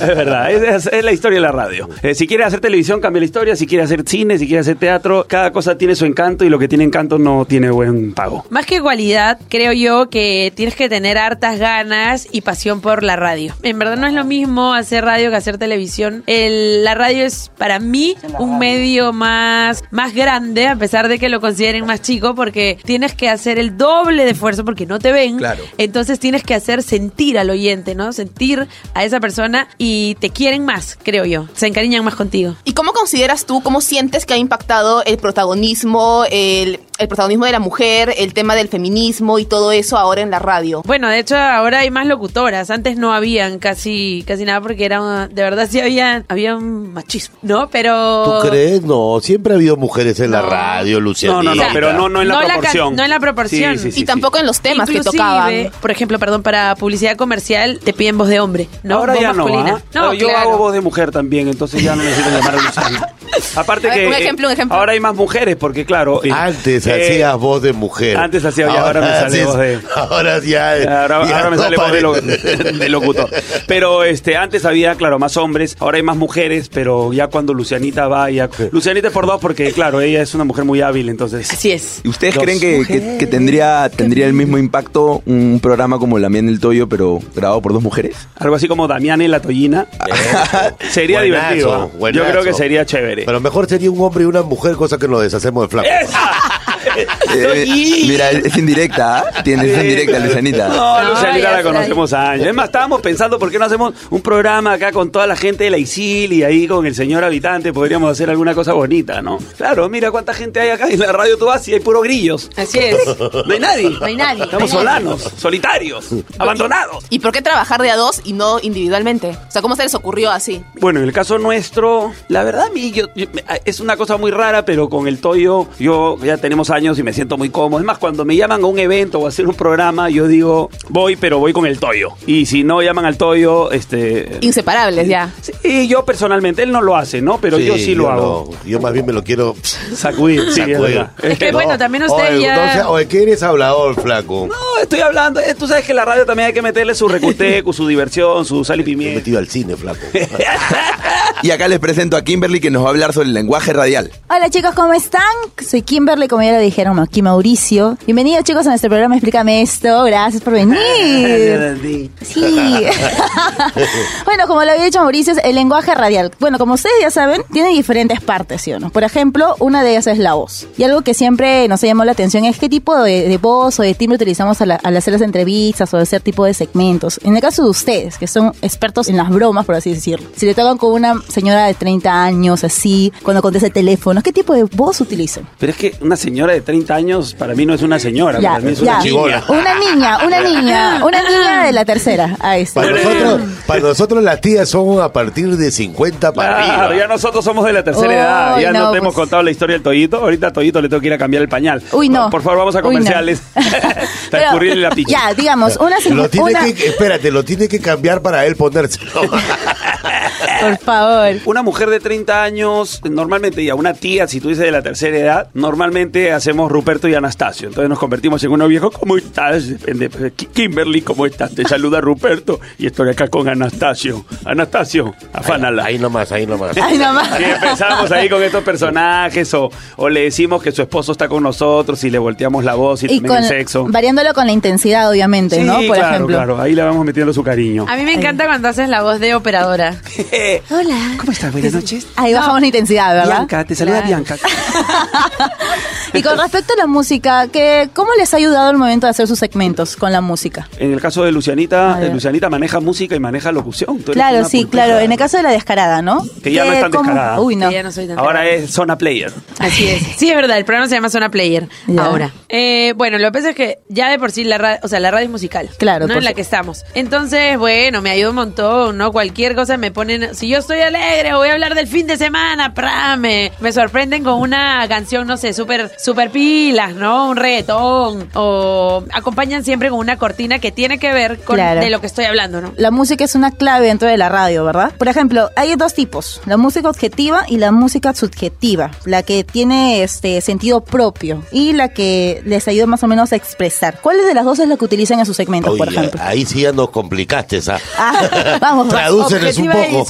[SPEAKER 3] verdad, es, es- es la historia de la radio. Eh, si quieres hacer televisión, cambia la historia. Si quieres hacer cine, si quieres hacer teatro, cada cosa tiene su encanto y lo que tiene encanto no tiene buen pago.
[SPEAKER 8] Más que cualidad, creo yo que tienes que tener hartas ganas y pasión por la radio. En verdad no es lo mismo hacer radio que hacer televisión. El- la radio es para mí un medio más, más grande, a pesar de que lo consideren más chico, porque tienes que hacer el doble de esfuerzo porque no te ven.
[SPEAKER 10] Claro.
[SPEAKER 8] Entonces tienes que hacer sentir al oyente, ¿no? Sentir a esa persona y te quieren más, creo yo. Se encariñan más contigo.
[SPEAKER 6] ¿Y cómo consideras tú, cómo sientes que ha impactado el protagonismo, el, el protagonismo de la mujer, el tema del feminismo y todo eso ahora en la radio?
[SPEAKER 8] Bueno, de hecho ahora hay más locutoras. Antes no habían casi casi nada porque era una- de verdad sí había había un machismo, ¿no? Pero
[SPEAKER 7] ¿Tú crees? No, siempre ha habido mujeres en la radio, Lucianita.
[SPEAKER 3] No, no, no, pero no- no en la
[SPEAKER 8] ca- no en la proporción.
[SPEAKER 7] y tampoco
[SPEAKER 8] en los
[SPEAKER 6] temas que tocaban.
[SPEAKER 8] Por ejemplo, perdón, para publicidad comercial te piden voz de hombre, ¿no?
[SPEAKER 3] Ahora
[SPEAKER 8] Voz
[SPEAKER 3] ya no,
[SPEAKER 8] masculina.
[SPEAKER 3] ¿ah? Ah, Yo
[SPEAKER 8] claro.
[SPEAKER 3] hago voz de mujer también, entonces ya no necesito llamar a Luciana. Aparte
[SPEAKER 8] A ver,
[SPEAKER 3] que
[SPEAKER 8] un
[SPEAKER 3] eh,
[SPEAKER 8] ejemplo, un ejemplo.
[SPEAKER 3] ahora hay más mujeres, porque claro... eh,
[SPEAKER 7] Antes
[SPEAKER 3] eh,
[SPEAKER 7] hacías voz de mujer.
[SPEAKER 3] Antes hacía, y ahora, me sale
[SPEAKER 7] haces-
[SPEAKER 3] voz de...
[SPEAKER 7] Ahora ya.
[SPEAKER 3] Ahora,
[SPEAKER 7] ya
[SPEAKER 3] ahora me
[SPEAKER 7] no
[SPEAKER 3] sale voz de, lo-
[SPEAKER 7] parece.
[SPEAKER 3] de locutor. Pero este, antes había, claro, más hombres, ahora hay más mujeres, pero ya cuando Lucianita va, ya... Lucianita es por dos porque, claro, ella es una mujer muy hábil, entonces...
[SPEAKER 8] Así es.
[SPEAKER 4] ¿Y ¿Ustedes creen que, que- que tendría, tendría el mismo impacto un programa como La Miel del Toyo, pero grabado por dos mujeres?
[SPEAKER 3] Algo así como Damián y la Tollina. sería
[SPEAKER 7] Buenazo,
[SPEAKER 3] divertido.
[SPEAKER 7] buenazo.
[SPEAKER 3] Yo creo que sería chévere.
[SPEAKER 7] Pero mejor sería un hombre y una mujer, cosa que nos deshacemos de flaco.
[SPEAKER 4] Eh, mira, es indirecta, ¿ah? Tienes es indirecta, Lucianita.
[SPEAKER 3] No, Lucianita
[SPEAKER 4] ya
[SPEAKER 3] la
[SPEAKER 4] sé.
[SPEAKER 3] conocemos años. Es más, estábamos pensando por qué no hacemos un programa acá con toda la gente de la ISIL y ahí con el señor habitante podríamos hacer alguna cosa bonita, ¿no? Claro, mira cuánta gente hay acá en la radio tú vas y hay puro grillos.
[SPEAKER 8] Así es.
[SPEAKER 3] No hay nadie.
[SPEAKER 6] No hay nadie.
[SPEAKER 3] Estamos
[SPEAKER 6] No hay nadie.
[SPEAKER 3] solanos, solitarios, abandonados.
[SPEAKER 6] ¿Y por qué trabajar de a dos y no individualmente? O sea, ¿cómo se les ocurrió así?
[SPEAKER 3] Bueno, en el caso nuestro, la verdad a mí yo- yo- ah, es una cosa muy rara, pero con el Toyo yo ya tenemos años y me siento muy cómodo. Es más, cuando me llaman a un evento o a hacer un programa, yo digo, voy, pero voy con el Toyo. Y si no llaman al Toyo, este...
[SPEAKER 6] Inseparables ya.
[SPEAKER 3] Y yo personalmente, él no lo hace, ¿no? Pero yo sí lo
[SPEAKER 7] yo
[SPEAKER 3] hago.
[SPEAKER 7] no. Yo más bien me lo quiero
[SPEAKER 3] sacudir. sí, es verdad. Es que, bueno, también usted
[SPEAKER 7] oye,
[SPEAKER 3] ya-
[SPEAKER 7] no sea- oye, ¿qué eres hablador, flaco?
[SPEAKER 3] No, estoy hablando. eh, Tú sabes que la radio también hay que meterle su recuteco, su diversión, su sal y pimienta.
[SPEAKER 7] metido al cine, flaco.
[SPEAKER 4] Y acá les presento a Kimberly que nos va a hablar sobre el lenguaje radial.
[SPEAKER 13] Hola chicos, ¿cómo están? Soy Kimberly, como ya lo dijeron, no, aquí Mauricio. Bienvenidos chicos a nuestro programa Explícame Esto, gracias por venir. Sí. bueno, como lo había dicho Mauricio, es el lenguaje radial. Bueno, como ustedes ya saben, tiene diferentes partes, ¿sí o no? Por ejemplo, una de ellas es la voz. Y algo que siempre nos ha llamado la atención es qué tipo de, de voz o de timbre utilizamos al, al hacer las entrevistas o hacer tipo de segmentos. En el caso de ustedes, que son expertos en las bromas, por así decirlo, si le tocan con una señora de 30 años, así, cuando contesta el teléfono, ¿qué tipo de voz utilizan?
[SPEAKER 3] Pero es que una señora de 30 años para mí no es una señora,
[SPEAKER 13] Ya,
[SPEAKER 3] para mí es
[SPEAKER 13] ya.
[SPEAKER 3] una chibola.
[SPEAKER 13] Una niña, una niña, una
[SPEAKER 8] Ah.
[SPEAKER 13] niña de la tercera. Ahí está.
[SPEAKER 7] Para nosotros, para nosotros las tías son a partir de 50 para
[SPEAKER 3] Claro,
[SPEAKER 7] arriba.
[SPEAKER 3] Ah, ya nosotros somos de la tercera
[SPEAKER 13] Uy,
[SPEAKER 3] edad. Ya no,
[SPEAKER 13] no, pues.
[SPEAKER 3] te hemos contado la historia del Toyito. Ahorita a Toyito le tengo que ir a cambiar el pañal.
[SPEAKER 13] Uy, no.
[SPEAKER 3] Por favor, vamos a
[SPEAKER 13] Uy, no.
[SPEAKER 3] comerciales. Para escurrirle la picha.
[SPEAKER 13] Ya, digamos, una señora.
[SPEAKER 7] Lo tiene
[SPEAKER 13] una-
[SPEAKER 7] que, espérate, lo tiene que cambiar para él ponérselo.
[SPEAKER 13] Por favor.
[SPEAKER 3] Una mujer de 30 años, normalmente, y a una tía, si tú dices de la tercera edad, normalmente hacemos Ruperto y Anastasio. Entonces nos convertimos en uno viejo. ¿Cómo estás? Depende, pues, Ki- Kimberly, ¿cómo estás? Te saluda Ruperto y estoy acá con Anastasio. Anastasio, afánala. Ahí,
[SPEAKER 7] nomás, ahí nomás.
[SPEAKER 13] Ahí nomás.
[SPEAKER 3] Y empezamos ahí con estos personajes o, o le decimos que su esposo está con nosotros y le volteamos la voz y,
[SPEAKER 13] Y
[SPEAKER 3] también
[SPEAKER 13] con,
[SPEAKER 3] el sexo.
[SPEAKER 13] variándolo con la intensidad, obviamente,
[SPEAKER 3] Sí,
[SPEAKER 13] ¿no? Por
[SPEAKER 3] claro,
[SPEAKER 13] ejemplo.
[SPEAKER 3] claro. Ahí le vamos metiendo su cariño.
[SPEAKER 8] A mí me encanta cuando haces la voz de operadora.
[SPEAKER 13] Hola.
[SPEAKER 3] ¿Cómo estás? Buenas noches.
[SPEAKER 13] Ahí bajamos la intensidad, ¿verdad?
[SPEAKER 3] Bianca, te saluda Bianca.
[SPEAKER 13] Y con respecto a la música, ¿qué, ¿cómo les ha ayudado al momento de hacer sus segmentos con la música?
[SPEAKER 3] En el caso de Lucianita,
[SPEAKER 13] A ver.
[SPEAKER 3] Lucianita maneja música y maneja locución. Tú eres
[SPEAKER 13] Claro,
[SPEAKER 3] una
[SPEAKER 13] sí,
[SPEAKER 3] pulcra.
[SPEAKER 13] claro. En el caso de la descarada, ¿no?
[SPEAKER 3] Que ya no es tan
[SPEAKER 13] ¿Cómo?
[SPEAKER 3] descarada.
[SPEAKER 13] Uy, no.
[SPEAKER 8] Que ya no soy tan
[SPEAKER 3] Ahora es zona player.
[SPEAKER 8] Así es. Sí, es verdad, el programa se llama Zona Player. Ahora. Eh, bueno, lo que pasa es que ya de por sí la radio, o sea, la radio es musical.
[SPEAKER 13] Claro,
[SPEAKER 8] ¿no?
[SPEAKER 13] por
[SPEAKER 8] En la
[SPEAKER 13] su-
[SPEAKER 8] que estamos. Entonces, bueno, me ayuda un montón, ¿no? Cualquier cosa me ponen. Si yo estoy alegre, voy a hablar del fin de semana, pra, me, me sorprenden con una una canción, no sé, súper super pilas, ¿no? Un reggaetón. O acompañan siempre con una cortina que tiene que ver con
[SPEAKER 13] Claro.
[SPEAKER 8] de lo que estoy hablando, ¿no?
[SPEAKER 13] La música es una clave dentro de la radio, ¿verdad? Por ejemplo, hay dos tipos, la música objetiva y la música subjetiva, la que tiene este sentido propio y la que les ayuda más o menos a expresar. ¿Cuáles de las dos es la que utilizan en sus segmentos, por
[SPEAKER 7] Oye,
[SPEAKER 13] ejemplo?
[SPEAKER 7] Ahí sí ya nos complicaste esa.
[SPEAKER 13] Ah, vamos, va.
[SPEAKER 7] Tradúceles un poco.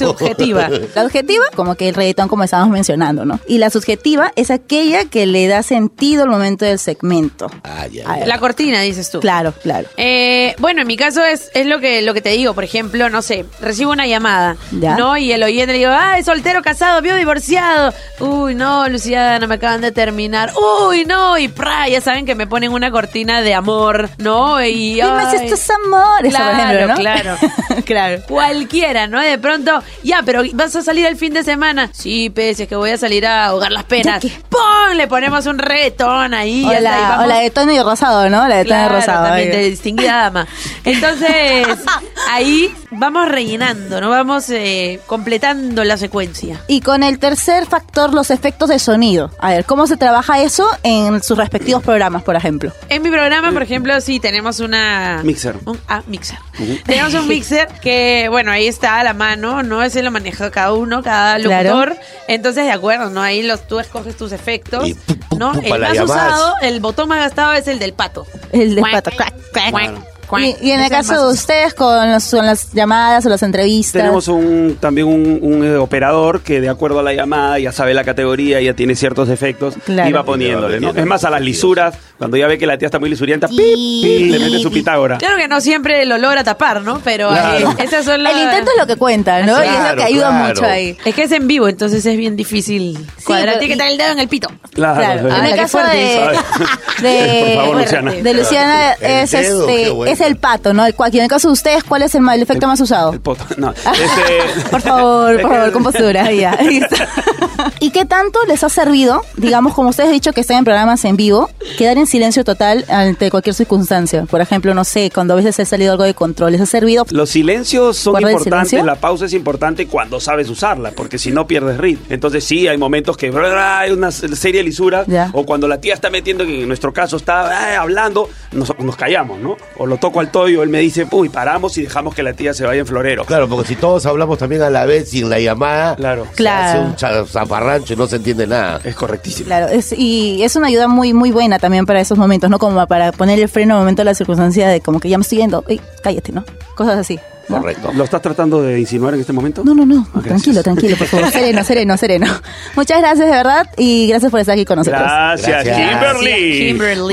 [SPEAKER 13] La objetiva, como que el reggaetón como estábamos mencionando, ¿no? Y la subjetiva es aquella que le da sentido al momento del segmento.
[SPEAKER 7] Ah,
[SPEAKER 8] La cortina, dices tú.
[SPEAKER 13] Claro, claro.
[SPEAKER 8] Eh, bueno, en mi caso es, es lo que lo que te digo, por ejemplo, no sé, recibo una llamada,
[SPEAKER 13] Ya.
[SPEAKER 8] ¿no? Y el oyente le digo, ah, es soltero, casado, vio divorciado. Uy, no, Luciana, me acaban de terminar. Uy, no, y pra, ya saben que me ponen una cortina de amor, ¿no? Y
[SPEAKER 13] Dime si
[SPEAKER 8] ay,
[SPEAKER 13] esto es amor, eso, por
[SPEAKER 8] Claro,
[SPEAKER 13] ejemplo, ¿no?
[SPEAKER 8] claro.
[SPEAKER 13] claro.
[SPEAKER 8] Cualquiera, ¿no? De pronto, ya, pero vas a salir el fin de semana. Sí, pese, es que voy a salir a ahogar las penas. ¡Pum! Le ponemos un retón ahí. ya
[SPEAKER 13] O
[SPEAKER 8] está, y
[SPEAKER 13] la,
[SPEAKER 8] vamos
[SPEAKER 13] o la de tono y rosado, ¿no? La de tono
[SPEAKER 8] Claro,
[SPEAKER 13] y rosado.
[SPEAKER 8] también
[SPEAKER 13] ahí.
[SPEAKER 8] de distinguida dama. Entonces, ahí vamos rellenando, ¿no? Vamos eh, completando la secuencia.
[SPEAKER 13] Y con el tercer factor, los efectos de sonido. A ver, ¿cómo se trabaja eso en sus respectivos programas, por ejemplo?
[SPEAKER 8] En mi programa, por ejemplo, sí tenemos una...
[SPEAKER 3] Mixer.
[SPEAKER 8] un- ah, mixer. Tenemos un mixer que, bueno, ahí está a la mano, ¿no? Ese lo maneja cada uno, cada
[SPEAKER 13] Claro.
[SPEAKER 8] locutor. Entonces, de acuerdo, ¿no? Ahí los, tú escoges tus efectos, ¿no?
[SPEAKER 13] pum,
[SPEAKER 8] El
[SPEAKER 13] para
[SPEAKER 8] más
[SPEAKER 13] la llamada.
[SPEAKER 8] usado, el botón más gastado es el del pato.
[SPEAKER 13] El
[SPEAKER 8] Cuac,
[SPEAKER 13] despato. Cuac, cuac.
[SPEAKER 8] cuac, cuac.
[SPEAKER 13] Y, y en
[SPEAKER 8] Ese
[SPEAKER 13] el
[SPEAKER 8] es
[SPEAKER 13] caso
[SPEAKER 8] más
[SPEAKER 13] de ustedes, con, los- con las llamadas o las entrevistas.
[SPEAKER 3] Tenemos un, también un, un, eh, operador que de acuerdo a la llamada ya sabe la categoría, ya tiene ciertos efectos
[SPEAKER 13] Claro.
[SPEAKER 3] y va poniéndole, ¿no? Es más, a las lisuras, cuando ya ve que la tía está muy lisurienta, ¡pip! ¡pip! le mete su pitágora.
[SPEAKER 8] Claro que no siempre lo logra tapar, ¿no? Pero
[SPEAKER 3] Claro.
[SPEAKER 8] eh, esas son las...
[SPEAKER 13] El intento es lo que cuenta, ¿no?
[SPEAKER 8] Así
[SPEAKER 13] y es lo
[SPEAKER 3] Claro,
[SPEAKER 13] que ayuda
[SPEAKER 3] claro.
[SPEAKER 13] mucho ahí.
[SPEAKER 8] Es que es en vivo, entonces es bien difícil. cuadrar. Tiene que tener el dedo en el pito.
[SPEAKER 3] Claro.
[SPEAKER 13] En
[SPEAKER 6] Ah,
[SPEAKER 13] el
[SPEAKER 8] qué
[SPEAKER 13] caso
[SPEAKER 8] fuerte
[SPEAKER 13] de, de-
[SPEAKER 3] Por favor, Luciana.
[SPEAKER 13] de Luciana
[SPEAKER 3] El
[SPEAKER 13] es,
[SPEAKER 3] dedo,
[SPEAKER 13] este,
[SPEAKER 3] qué bueno.
[SPEAKER 13] es el pato, ¿no? El cuac. Y en el caso de ustedes, ¿cuál es el, ma- el efecto más usado?
[SPEAKER 3] Puta, no. Este,
[SPEAKER 13] Por favor, por favor, compostura. ahí ya, ahí está. ¿Y qué tanto les ha servido, digamos, como ustedes han dicho que están en programas en vivo, quedar en silencio total ante cualquier circunstancia? Por ejemplo, no sé, cuando a veces ha salido algo de control, ¿les ha servido?
[SPEAKER 3] Los silencios son
[SPEAKER 13] ¿Guarda el
[SPEAKER 3] importantes,
[SPEAKER 13] silencio?
[SPEAKER 3] la pausa es importante cuando sabes usarla, porque si no pierdes ritmo. Entonces sí, hay momentos que brr, hay una serie de lisuras,
[SPEAKER 13] Ya.
[SPEAKER 3] o cuando la tía está metiendo, que en nuestro caso está ah, hablando, nos, nos callamos, ¿no? O lo toco al toyo, él me dice, uy, paramos y dejamos que la tía se vaya en florero.
[SPEAKER 7] Claro, porque si todos hablamos también a la vez sin la llamada, claro. se
[SPEAKER 13] Claro.
[SPEAKER 7] hace un cha- zaparrancho y no se entiende nada.
[SPEAKER 3] Es correctísimo.
[SPEAKER 13] Claro, es- y es una ayuda muy muy buena también para esos momentos, ¿no? Como para poner el freno al momento de la circunstancia de como que ya me estoy yendo, ey, cállate, ¿no? Cosas así.
[SPEAKER 3] Correcto. ¿Lo estás tratando de insinuar en este momento?
[SPEAKER 13] No, no, no. Tranquilo, tranquilo, por favor. Sereno, sereno, sereno. Muchas gracias, de verdad, y gracias por estar aquí con nosotros.
[SPEAKER 3] Gracias,
[SPEAKER 7] Gracias.
[SPEAKER 3] Kimberly.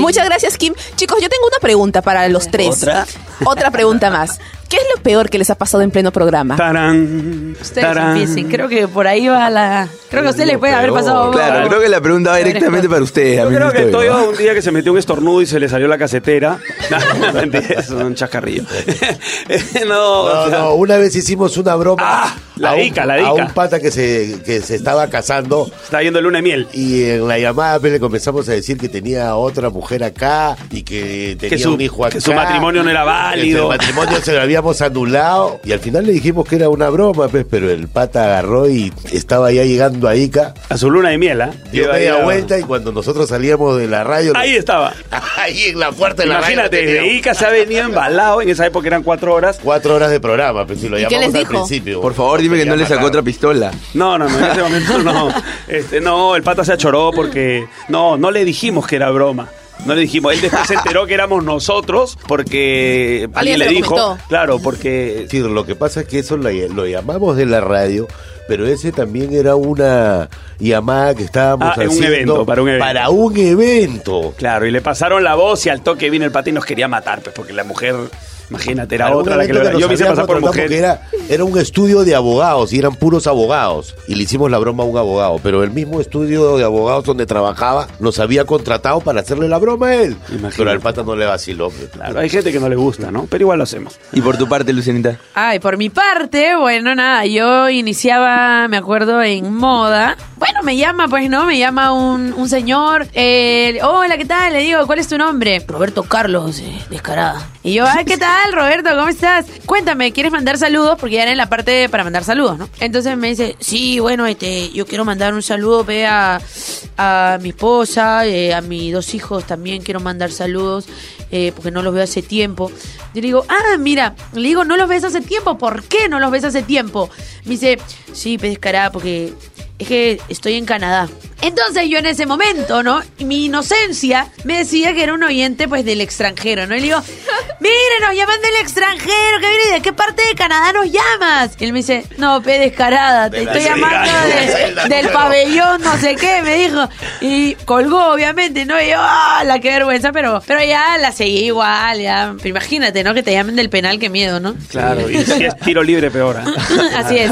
[SPEAKER 6] Muchas gracias, Kim. Chicos, yo tengo una pregunta para los tres.
[SPEAKER 3] ¿Otra?
[SPEAKER 6] Otra pregunta más. ¿Qué es lo peor que les ha pasado en pleno programa?
[SPEAKER 3] Tarán.
[SPEAKER 8] Ustedes empiecen. Creo que por ahí va la. Creo que a usted le puede haber pasado.
[SPEAKER 4] Claro, creo que la pregunta va directamente para ustedes. a
[SPEAKER 3] Yo
[SPEAKER 4] mí
[SPEAKER 3] creo
[SPEAKER 4] no
[SPEAKER 3] que
[SPEAKER 4] estoy,
[SPEAKER 3] Toyo
[SPEAKER 4] ¿no?
[SPEAKER 3] un día que se metió un estornudo y se le salió la casetera. No, no, mentira, es un chascarrillo. Eh, no, o
[SPEAKER 7] No,
[SPEAKER 3] sea, Ah,
[SPEAKER 7] no, una vez hicimos una broma
[SPEAKER 3] la
[SPEAKER 7] a, un,
[SPEAKER 3] dica, la
[SPEAKER 7] a
[SPEAKER 3] dica.
[SPEAKER 7] un pata que se, que se estaba casando.
[SPEAKER 3] Está yendo luna de miel.
[SPEAKER 7] Y en la llamada pues, le comenzamos a decir que tenía otra mujer acá y que tenía
[SPEAKER 3] su-
[SPEAKER 7] un hijo acá.
[SPEAKER 3] que su matrimonio no era válido.
[SPEAKER 7] Que el matrimonio se lo habíamos anulado. Y al final le dijimos que era una broma, pues, pero el pata agarró y estaba ya llegando a Ica.
[SPEAKER 3] A su luna de miel, ¿ah?
[SPEAKER 7] Dio
[SPEAKER 3] Iba
[SPEAKER 7] media
[SPEAKER 3] ya-
[SPEAKER 7] vuelta y cuando nosotros salíamos de la radio...
[SPEAKER 3] Ahí estaba.
[SPEAKER 7] Ahí en la puerta de la radio
[SPEAKER 3] Imagínate,
[SPEAKER 7] lo
[SPEAKER 3] de
[SPEAKER 7] teníamos.
[SPEAKER 3] Ica se ha venido embalado. En esa época eran cuatro horas.
[SPEAKER 7] Cuatro horas de programa, pero si lo
[SPEAKER 3] ¿Y qué
[SPEAKER 7] llamamos
[SPEAKER 3] les
[SPEAKER 7] al
[SPEAKER 3] dijo?
[SPEAKER 7] principio.
[SPEAKER 4] Por favor, dime que no le sacó otra pistola.
[SPEAKER 3] No, no, no, en ese momento no. Este, no, el pata se achoró porque. No, no le dijimos que era broma. No le dijimos. Él después se enteró que éramos nosotros porque
[SPEAKER 7] se
[SPEAKER 3] alguien le
[SPEAKER 7] lo
[SPEAKER 3] dijo.
[SPEAKER 7] comentó.
[SPEAKER 3] Claro, porque.
[SPEAKER 7] Sí, lo que pasa es que eso lo, lo llamamos de la radio, pero ese también era una llamada que estábamos
[SPEAKER 3] Ah, en un
[SPEAKER 7] haciendo
[SPEAKER 3] evento, para un evento.
[SPEAKER 7] Para un evento.
[SPEAKER 3] Claro, y le pasaron la voz y al toque vino el pata y nos quería matar, pues porque la mujer, imagínate, era
[SPEAKER 7] Para un
[SPEAKER 3] otra la que
[SPEAKER 7] evento
[SPEAKER 3] lo-
[SPEAKER 7] nos
[SPEAKER 3] Yo me hice
[SPEAKER 7] habíamos
[SPEAKER 3] pasar por
[SPEAKER 7] tratado
[SPEAKER 3] mujer.
[SPEAKER 7] porque Era, era un estudio de abogados y eran puros abogados. Y le hicimos la broma a un abogado, pero el mismo estudio de abogados donde trabajaba nos había contratado para hacerle la broma a él. Pero al pata no le vaciló. Claro,
[SPEAKER 3] hay gente que no le gusta, ¿no? Pero igual lo hacemos.
[SPEAKER 4] Y por tu parte, Lucianita.
[SPEAKER 8] Ay, por mi parte, bueno, nada, yo iniciaba, me acuerdo, en moda. Bueno, me llama, pues, ¿no? Me llama un, un señor. eh, Hola, ¿qué tal? Le digo, ¿cuál es tu nombre? Roberto Carlos, eh, descarada. Y yo, ay, ¿qué tal, Roberto? ¿Cómo estás? Cuéntame, ¿quieres mandar saludos? Porque ya era en la parte de- para mandar saludos, ¿no? Entonces me dice, sí, bueno, este, yo quiero mandar un saludo pe, a, a mi esposa, eh, a mis dos hijos también quiero mandar saludos, eh, porque no los veo hace tiempo. Yo le digo, ah, mira, le digo, no los ves hace tiempo, ¿por qué no los ves hace tiempo? Me dice, sí, pescará, porque es que estoy en Canadá. Entonces yo en ese momento, ¿no? Mi inocencia me decía que era un oyente pues del extranjero, ¿no? Y le digo, mire, nos llaman del extranjero, ¿qué viene? ¿De qué parte de Canadá nos llamas? Y él me dice, no, pe descarada, te
[SPEAKER 10] De la
[SPEAKER 8] estoy
[SPEAKER 10] isla,
[SPEAKER 8] llamando
[SPEAKER 10] de la
[SPEAKER 8] de-
[SPEAKER 10] isla,
[SPEAKER 8] del
[SPEAKER 10] claro.
[SPEAKER 8] pabellón, no sé qué, me dijo. Y colgó, obviamente, ¿no? Y yo, ¡ah, la qué vergüenza! Pero, pero ya la seguí igual, ya. Pero imagínate, ¿no? Que te llamen del penal, qué miedo, ¿no?
[SPEAKER 3] Claro, y si es tiro libre, peor. ¿ah?
[SPEAKER 8] Así es.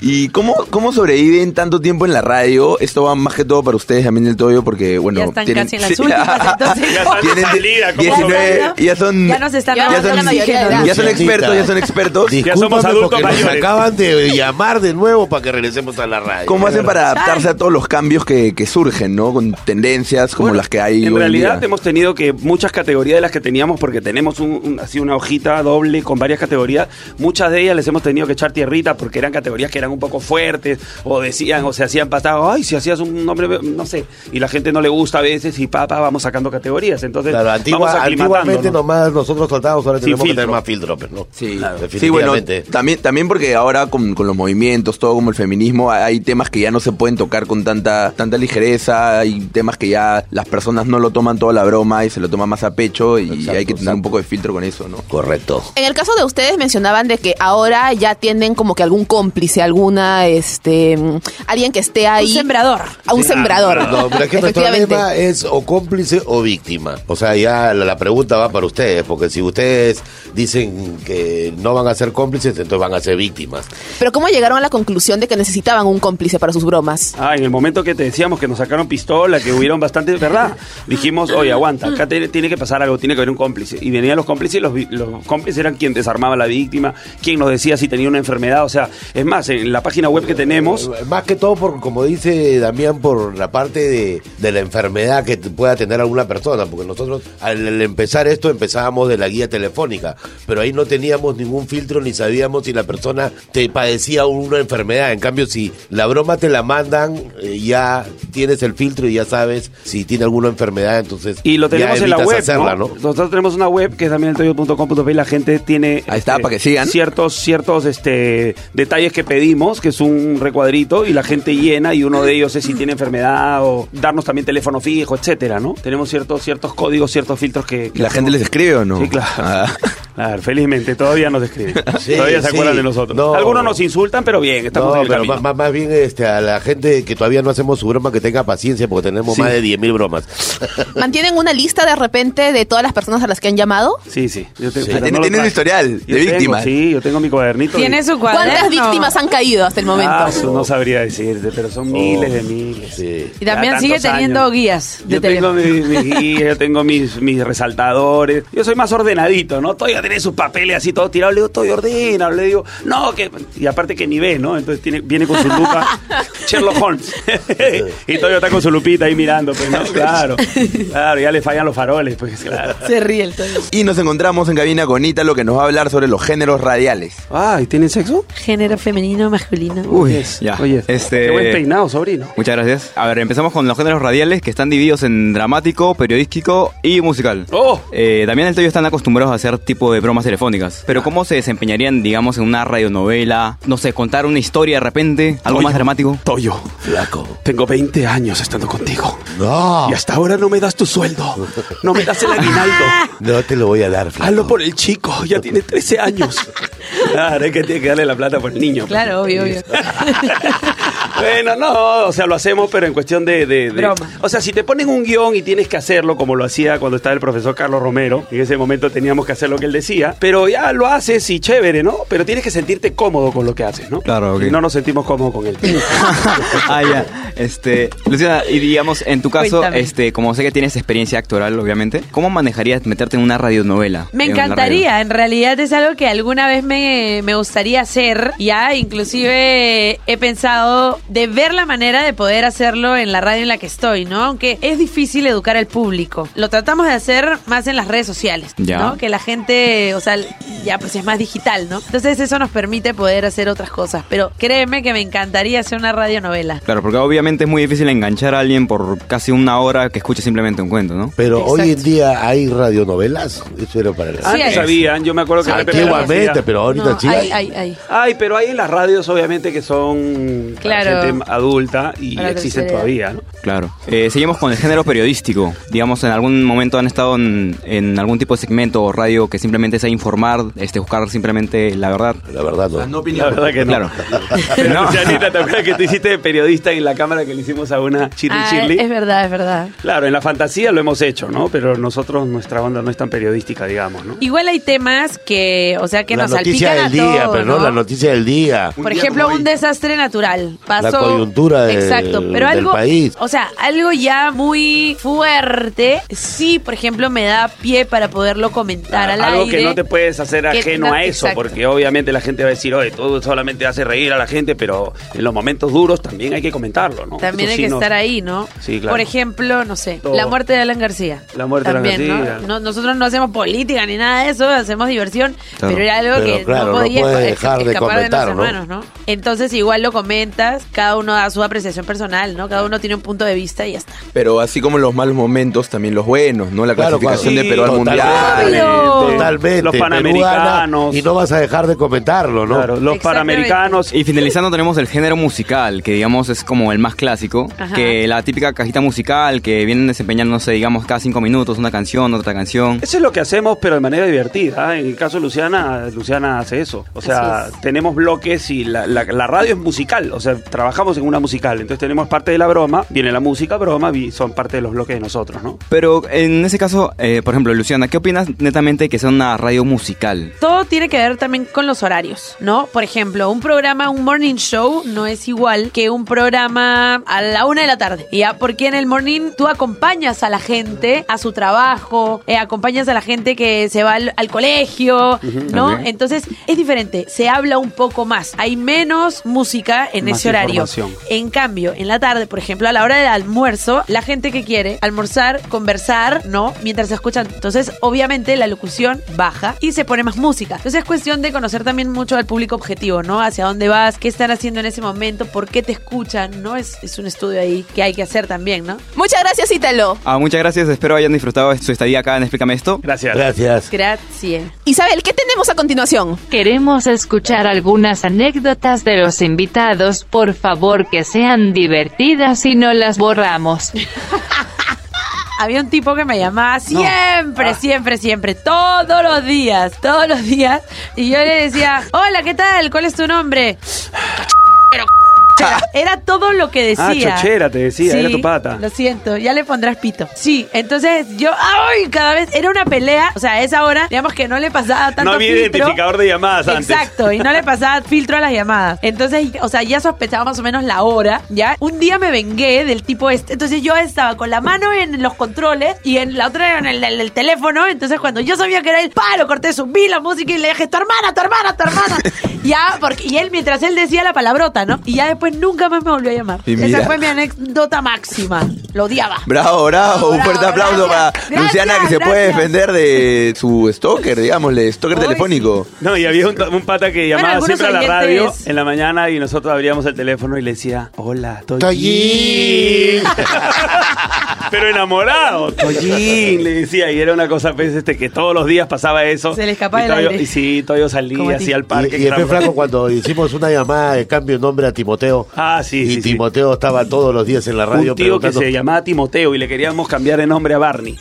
[SPEAKER 4] ¿Y cómo, cómo sobreviven tanto tiempo en la radio? Esto va más que todo para ustedes también del Toyo, porque bueno.
[SPEAKER 8] Ya están casi en las
[SPEAKER 4] sí,
[SPEAKER 8] últimas, entonces. Ya están de
[SPEAKER 4] tienen
[SPEAKER 8] salida, ¿cómo
[SPEAKER 4] 19,
[SPEAKER 8] no?
[SPEAKER 4] ya son.
[SPEAKER 8] Ya nos están
[SPEAKER 4] ya
[SPEAKER 8] dando
[SPEAKER 4] son,
[SPEAKER 8] la mayoría de edad.
[SPEAKER 4] ya son expertos, ya son expertos.
[SPEAKER 7] Discúlpame porque Nos acaban de llamar de nuevo para que regresemos a la radio.
[SPEAKER 4] ¿Cómo hacen para adaptarse a todos los cambios que, que surgen, no? Con tendencias como las que hay hoy
[SPEAKER 3] En realidad
[SPEAKER 4] día.
[SPEAKER 3] hemos tenido que muchas categorías de las que teníamos, porque tenemos un, un- así una hojita doble con varias categorías, muchas de ellas les hemos tenido que echar tierrita porque eran categorías que eran un poco fuertes, o decían, o se hacían patadas, ay, si hacías un nombre, no sé, y la gente no le gusta a veces, y papá, vamos sacando categorías. Entonces,
[SPEAKER 7] Claro, antigua-
[SPEAKER 3] vamos
[SPEAKER 7] antiguamente
[SPEAKER 3] aclimatándonos.
[SPEAKER 7] nomás nosotros tratábamos, ahora
[SPEAKER 3] Sin
[SPEAKER 7] tenemos que
[SPEAKER 3] filtro.
[SPEAKER 7] tener más filtro, pero no.
[SPEAKER 4] Sí, Sí, bueno,
[SPEAKER 7] definitivamente.
[SPEAKER 4] también, también porque ahora con, con los movimientos, todo como el feminismo, hay temas que ya no se pueden tocar con tanta, tanta ligereza, hay temas que ya las personas no lo toman toda la broma y se lo toman más a pecho y hay que tener un poco de filtro con eso, ¿no?
[SPEAKER 7] Correcto.
[SPEAKER 6] En el caso de ustedes mencionaban de que ahora ya tienen como que algún cómplice, alguna, este, mm, alguien que esté ahí. Un
[SPEAKER 8] sembrador.
[SPEAKER 6] A un
[SPEAKER 7] Sí. ah,
[SPEAKER 6] sembrador.
[SPEAKER 7] No, pero es que nuestro
[SPEAKER 6] Efectivamente.
[SPEAKER 7] problema es o cómplice o víctima. O sea, ya la, la pregunta va para ustedes, porque si ustedes dicen que no van a ser cómplices, entonces van a ser víctimas.
[SPEAKER 6] Pero ¿cómo llegaron a la conclusión de que necesitaban un cómplice para sus bromas?
[SPEAKER 3] Ah, en el momento que te decíamos que nos sacaron pistola, que hubieron bastante, ¿verdad? Dijimos, oye, aguanta, acá te- tiene que pasar algo, tiene que haber un cómplice. Y venían los cómplices y los, vi- los cómplices eran quien desarmaba a la víctima, quien nos decía si tenía una enfermedad. O sea, es más, en la página web que tenemos,
[SPEAKER 7] Más que todo, por, como dice Damián, por la parte de, de la enfermedad que te- pueda tener alguna persona, porque nosotros al, al empezar esto empezábamos de la guía telefónica, pero ahí no teníamos ningún filtro ni sabíamos si la persona te padecía una enfermedad. En cambio, si la broma te la mandan, eh, ya tienes el filtro y ya sabes si tiene alguna enfermedad, entonces
[SPEAKER 3] Y lo
[SPEAKER 7] ya
[SPEAKER 3] tenemos en la
[SPEAKER 7] evitas
[SPEAKER 3] web.
[SPEAKER 7] hacerla,
[SPEAKER 3] ¿no?
[SPEAKER 7] ¿no?
[SPEAKER 3] Nosotros tenemos una web que es también el toyo.com.pe y la gente tiene. Ahí está, para que sigan. Ciertos, ciertos este, detalles que pedimos, que es un recuadrito, y la gente llena, y uno de ellos es si tiene enfermedad o darnos también teléfono fijo, etcétera, ¿no? Tenemos ciertos, ciertos códigos, ciertos filtros que.
[SPEAKER 4] ¿Y la gente les escribe o no? Ah.
[SPEAKER 3] Sí, claro. Claro, felizmente todavía nos escriben.
[SPEAKER 7] Sí,
[SPEAKER 3] todavía se
[SPEAKER 7] sí.
[SPEAKER 3] acuerdan de nosotros.
[SPEAKER 7] No.
[SPEAKER 3] Algunos nos insultan, pero bien, estamos
[SPEAKER 7] No,
[SPEAKER 3] en el
[SPEAKER 7] pero
[SPEAKER 3] camino.
[SPEAKER 7] más, más- más bien este, a la gente que todavía no hacemos su broma que tenga paciencia porque tenemos
[SPEAKER 3] Sí.
[SPEAKER 7] más de 10.000 bromas.
[SPEAKER 6] ¿Mantienen una lista de repente de todas las personas a las que han llamado?
[SPEAKER 3] Sí, sí. Yo tengo,
[SPEAKER 7] Sí.
[SPEAKER 3] pero
[SPEAKER 7] Tiene-
[SPEAKER 3] lo
[SPEAKER 7] tiene un
[SPEAKER 3] traje.
[SPEAKER 7] historial
[SPEAKER 3] Yo
[SPEAKER 7] de
[SPEAKER 3] tengo,
[SPEAKER 7] víctimas.
[SPEAKER 3] sí, yo tengo mi cuadernito. de-
[SPEAKER 6] su ¿Cuántas víctimas han caído hasta el momento?
[SPEAKER 3] Ah, eso no sabría decirte, pero son miles de miles.
[SPEAKER 8] Y también sigue teniendo guías de
[SPEAKER 3] Yo tengo
[SPEAKER 8] teléfono.
[SPEAKER 3] mis, mis guías, yo tengo mis, mis resaltadores. Yo soy más ordenadito, ¿no? Todavía tiene sus papeles así todos tirados. Le digo, estoy ordenado. Le digo, no, que. Y aparte que ni ve, ¿no? Entonces tiene, viene con su lupa Sherlock Holmes. y Toyo está con su lupita ahí mirando, pues, ¿no? Claro. Claro, ya le fallan los faroles, pues, claro.
[SPEAKER 8] Se ríe el Toyo.
[SPEAKER 4] Y nos encontramos en cabina con Ítalo que nos va a hablar sobre los géneros radiales.
[SPEAKER 3] Ah, ¿y tienen sexo?
[SPEAKER 8] Género femenino, masculino.
[SPEAKER 14] Uy, ya. este,
[SPEAKER 3] Qué buen peinado, sobrino.
[SPEAKER 14] Muchas gracias. A ver, empezamos con los géneros radiales que están divididos en dramático, periodístico y musical.
[SPEAKER 3] ¡Oh!
[SPEAKER 14] Eh, también el Toyo están acostumbrados a hacer tipo de bromas telefónicas. Pero ¿cómo se desempeñarían, digamos, en una radionovela? No sé, contar una historia de repente, algo más dramático.
[SPEAKER 3] Toyo, flaco. Tengo 20 años estando contigo.
[SPEAKER 7] No.
[SPEAKER 3] Y hasta ahora no me das tu sueldo. No me das el aguinaldo.
[SPEAKER 7] No te lo voy a dar, flaco.
[SPEAKER 3] Hazlo por el chico, ya tiene 13 años. Claro, es que tiene que darle la plata por el niño. pues.
[SPEAKER 8] Claro, obvio, obvio.
[SPEAKER 3] Bueno, no, o sea, lo hacemos, pero en cuestión de, de- de- O sea, si te ponen un guión y tienes que hacerlo, como lo hacía cuando estaba el profesor Carlos Romero, en ese momento teníamos que hacer lo que él decía, pero ya lo haces y chévere, ¿no? Pero tienes que sentirte cómodo con lo que haces, ¿no?
[SPEAKER 14] Claro, ok.
[SPEAKER 3] Y no nos sentimos cómodos con él.
[SPEAKER 14] ah, ya. Este, Luciana, y digamos, en tu caso,
[SPEAKER 8] Cuéntame.
[SPEAKER 14] este, como sé que tienes experiencia actoral, obviamente, ¿cómo manejarías meterte en una radionovela?
[SPEAKER 8] Me
[SPEAKER 14] En la radio?
[SPEAKER 8] encantaría, en realidad es algo que alguna vez me, me gustaría hacer. Ya, inclusive he pensado de ver la manera de poder hacerlo en la radio en la que estoy, ¿no? Aunque es difícil educar al público. Lo tratamos de hacer más en las redes sociales,
[SPEAKER 10] Ya.
[SPEAKER 8] ¿no? Que la gente, o sea, ya pues es más digital, ¿no? Entonces eso nos permite poder hacer otras cosas. Pero créeme que me encantaría hacer una radionovela.
[SPEAKER 14] Claro, porque obviamente es muy difícil enganchar a alguien por casi una hora que escuche simplemente un cuento, ¿no?
[SPEAKER 7] Pero hoy en día hay radionovelas. Eso era para la
[SPEAKER 8] Sí,
[SPEAKER 3] Antes habían, yo me acuerdo que...
[SPEAKER 7] Sí.
[SPEAKER 3] la Pepe
[SPEAKER 7] Antiguamente,
[SPEAKER 3] la hacía.
[SPEAKER 7] pero ahorita
[SPEAKER 8] No, hay, hay, hay.
[SPEAKER 3] Ay, pero hay en las radios obviamente que son para
[SPEAKER 8] Claro.
[SPEAKER 3] gente adulta y
[SPEAKER 8] Para eh. la
[SPEAKER 3] existen
[SPEAKER 8] tercera
[SPEAKER 3] todavía, ¿no?
[SPEAKER 14] Claro. Eh, seguimos con el género periodístico. Digamos, en algún momento han estado en, en algún tipo de segmento o radio que simplemente sea informar, este, buscar simplemente la verdad.
[SPEAKER 7] La verdad, no.
[SPEAKER 3] La verdad que no.
[SPEAKER 14] Claro.
[SPEAKER 3] Pero, Lucianita, ¿te acuerdas que tú hiciste de periodista en la cámara que le hicimos a una Shirley
[SPEAKER 8] Ah,
[SPEAKER 3] Shirley?
[SPEAKER 8] es verdad, es verdad.
[SPEAKER 3] Claro, en la fantasía lo hemos hecho, ¿no? Pero nosotros, nuestra banda no es tan periodística, digamos, ¿no?
[SPEAKER 8] Igual hay temas que, o sea, que
[SPEAKER 7] la
[SPEAKER 8] nos
[SPEAKER 7] noticia
[SPEAKER 8] salpican
[SPEAKER 7] del
[SPEAKER 8] a
[SPEAKER 7] día,
[SPEAKER 3] Oh,
[SPEAKER 8] todo,
[SPEAKER 7] pero no,
[SPEAKER 8] ¿no?
[SPEAKER 7] la noticia del día.
[SPEAKER 8] Por ejemplo, un desastre natural. Pasó,
[SPEAKER 7] La coyuntura de-
[SPEAKER 8] Exacto, pero
[SPEAKER 7] del
[SPEAKER 8] algo,
[SPEAKER 7] país.
[SPEAKER 8] O sea, algo ya muy fuerte. Sí, por ejemplo, me da pie para poderlo comentar al
[SPEAKER 3] Algo
[SPEAKER 8] aire.
[SPEAKER 3] que no te puedes hacer
[SPEAKER 8] Que-
[SPEAKER 3] ajeno a eso,
[SPEAKER 8] exacto.
[SPEAKER 3] porque obviamente la gente va a decir, oye, tú solamente hace reír a la gente, pero en los momentos duros también hay que comentarlo, ¿no?
[SPEAKER 8] También
[SPEAKER 3] Eso
[SPEAKER 8] hay
[SPEAKER 3] sí
[SPEAKER 8] que
[SPEAKER 3] nos-
[SPEAKER 8] estar ahí, ¿no?
[SPEAKER 3] Sí, claro.
[SPEAKER 8] Por ejemplo, no sé,
[SPEAKER 3] Todo.
[SPEAKER 8] la muerte de Alan García.
[SPEAKER 3] La muerte de Alan
[SPEAKER 8] También, ¿no?
[SPEAKER 3] García.
[SPEAKER 8] No- Nosotros no hacemos política ni nada de eso, hacemos diversión,
[SPEAKER 7] Claro.
[SPEAKER 8] pero era algo
[SPEAKER 7] Pero
[SPEAKER 8] que
[SPEAKER 7] claro,
[SPEAKER 8] no
[SPEAKER 7] no
[SPEAKER 8] podía
[SPEAKER 7] puedes
[SPEAKER 8] esca-
[SPEAKER 7] dejar de
[SPEAKER 8] escapar de,
[SPEAKER 7] comentar,
[SPEAKER 8] nuestras
[SPEAKER 7] ¿no?
[SPEAKER 8] manos, ¿no? Entonces igual lo comentas, cada uno da su apreciación personal, ¿no? Cada uno tiene un punto de vista y ya está.
[SPEAKER 4] Pero así como los malos momentos, también los buenos, ¿no? La
[SPEAKER 7] Claro,
[SPEAKER 4] clasificación
[SPEAKER 7] claro.
[SPEAKER 4] de Perú al
[SPEAKER 7] Sí,
[SPEAKER 4] Mundial.
[SPEAKER 7] Totalmente. Totalmente.
[SPEAKER 3] Los
[SPEAKER 7] Perú gana
[SPEAKER 3] panamericanos.
[SPEAKER 7] Y no vas a dejar de comentarlo, ¿no?
[SPEAKER 14] Claro,
[SPEAKER 3] Oh. los panamericanos.
[SPEAKER 14] Y finalizando tenemos el género musical, que digamos es como el más clásico,
[SPEAKER 3] Ajá.
[SPEAKER 14] que la típica cajita musical que vienen desempeñándose, digamos, cada cinco minutos, una canción, otra canción.
[SPEAKER 3] Eso es lo que hacemos, pero de manera divertida. ¿eh? En el caso de Luciana, Luciana hace eso. O sea,
[SPEAKER 14] Así es.
[SPEAKER 3] tenemos bloques y la, la- la radio es musical. O sea, trabajamos en una musical. Entonces tenemos parte de la broma, viene la música, broma, y son parte de los bloques de nosotros, ¿no?
[SPEAKER 14] Pero en ese caso, eh, por ejemplo, Luciana, ¿qué opinas netamente que sea una radio musical?
[SPEAKER 8] Todo tiene que ver también con los horarios, ¿no? Por ejemplo, un programa, un morning show, no es igual que un programa a la una de la tarde, ¿ya? Porque en el morning tú acompañas a la gente a su trabajo, eh, acompañas a la gente que se va al, al colegio,
[SPEAKER 10] Ujú,
[SPEAKER 8] ¿no?
[SPEAKER 10] ok.
[SPEAKER 8] Entonces es diferente, se habla un poco más, hay menos música en
[SPEAKER 10] Más
[SPEAKER 8] ese horario.
[SPEAKER 10] información.
[SPEAKER 8] En cambio, en la tarde, por ejemplo, a la hora del almuerzo, la gente que quiere almorzar, conversar, ¿no? Mientras se escuchan. Entonces, obviamente, la locución baja y se pone más música. Entonces, es cuestión de conocer también mucho al público objetivo, ¿no? Hacia dónde vas, qué están haciendo en ese momento, por qué te escuchan, ¿no? Es, es un estudio ahí que hay que hacer también, ¿no?
[SPEAKER 6] Muchas gracias, Ítalo.
[SPEAKER 14] Ah, muchas gracias, espero hayan disfrutado su estadía acá en Explícame Esto.
[SPEAKER 3] Gracias.
[SPEAKER 7] Gracias.
[SPEAKER 8] Gracias.
[SPEAKER 6] Isabel, ¿qué tenemos a continuación?
[SPEAKER 11] Queremos escuchar algunas anécdotas de los invitados, por favor que sean divertidas y no las borramos.
[SPEAKER 8] Había un tipo que me llamaba
[SPEAKER 3] Ah.
[SPEAKER 8] siempre, siempre, siempre, todos los días, todos los días. Y yo le decía, hola, ¿qué tal? ¿Cuál es tu nombre? Era todo lo que
[SPEAKER 3] Ah,
[SPEAKER 8] decía.
[SPEAKER 3] chochera, te decía,
[SPEAKER 8] Sí,
[SPEAKER 3] era tu pata.
[SPEAKER 8] Lo siento, ya le pondrás pito. Sí, entonces yo, ¡ay! Cada vez era una pelea. O sea, a esa hora, digamos que no le pasaba tanto
[SPEAKER 3] No había
[SPEAKER 8] filtro.
[SPEAKER 3] identificador de llamadas antes.
[SPEAKER 8] Exacto, y no le pasaba filtro a las llamadas. Entonces, o sea, ya sospechaba más o menos la hora, ¿ya? Un día me vengué del tipo este. Entonces yo estaba con la mano en los controles y en la otra en el, el- el teléfono. Entonces cuando yo sabía que era él, paro, corté, subí la música y le dije, tu hermana, tu hermana, tu hermana. ya, porque, y él mientras él decía la palabrota, ¿no? Y ya después nunca más me volvió a llamar.
[SPEAKER 4] Y
[SPEAKER 8] Esa
[SPEAKER 4] mira.
[SPEAKER 8] fue mi anécdota máxima. Lo odiaba.
[SPEAKER 4] Bravo, bravo, un fuerte aplauso para
[SPEAKER 8] gracias,
[SPEAKER 4] Luciana que se puede
[SPEAKER 8] gracias.
[SPEAKER 4] defender de su stalker, digámosle, stalker telefónico.
[SPEAKER 3] No, y había un, un pata que llamaba
[SPEAKER 4] algunos
[SPEAKER 3] siempre a la
[SPEAKER 4] oyentes-
[SPEAKER 3] radio en la mañana y nosotros abríamos el teléfono y le decía, hola, estoy
[SPEAKER 7] allí.
[SPEAKER 3] Pero enamorado. Tollín, le decía. Y era una cosa, pues, este, que todos los días pasaba eso.
[SPEAKER 8] Se le escapaba
[SPEAKER 3] Y
[SPEAKER 8] del
[SPEAKER 3] todavía-
[SPEAKER 8] aire.
[SPEAKER 3] Y sí, Toyo
[SPEAKER 8] Como
[SPEAKER 3] salía
[SPEAKER 8] a
[SPEAKER 3] así
[SPEAKER 8] ti.
[SPEAKER 3] al parque.
[SPEAKER 7] Y, este y después,
[SPEAKER 3] claro.
[SPEAKER 7] Franco, cuando hicimos una llamada de cambio de nombre a Timoteo.
[SPEAKER 3] Ah, sí.
[SPEAKER 7] Y Timoteo estaba todos los días en la radio.
[SPEAKER 3] un tío que
[SPEAKER 7] preguntando-
[SPEAKER 3] se llamaba Timoteo y le queríamos cambiar de nombre a Barney.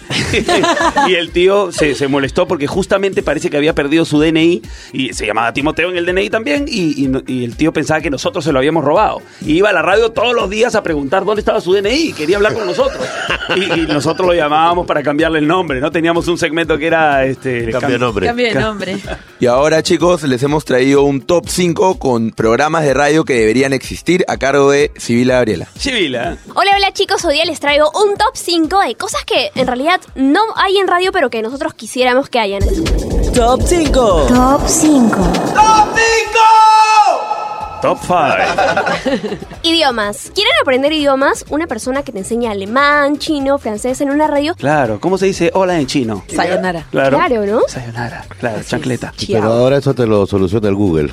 [SPEAKER 3] y el tío se, se molestó porque justamente parece que había perdido su DNI y se llamaba Timoteo en el DNI también y, y no- y el tío pensaba que nosotros se lo habíamos robado. Y iba a la radio todos los días a preguntar dónde estaba su DNI, quería hablar con nosotros. Y, y nosotros lo llamábamos para cambiarle el nombre, ¿no? Teníamos un segmento que era... Este,
[SPEAKER 4] Cambio de nombre.
[SPEAKER 8] Cambio de nombre.
[SPEAKER 4] Y ahora, chicos, les hemos traído un top 5 con programas de radio que deberían existir a cargo de Sibila Gabriela.
[SPEAKER 3] Sibila.
[SPEAKER 15] Hola, hola chicos, hoy día les traigo un top 5 de cosas que en realidad no hay en radio, pero que nosotros quisiéramos que hayan.
[SPEAKER 16] Top 5. Top 5.
[SPEAKER 15] ¡Top 5!
[SPEAKER 3] Top 5.
[SPEAKER 15] Idiomas. ¿Quieren aprender idiomas? Una persona que te enseña alemán, chino, francés en una radio.
[SPEAKER 3] Claro, ¿cómo se dice hola en chino?
[SPEAKER 15] Sayonara.
[SPEAKER 3] Claro.
[SPEAKER 15] Claro, ¿no?
[SPEAKER 3] Sayonara. Claro, chancleta.
[SPEAKER 7] Pero ahora eso te lo soluciona el Google.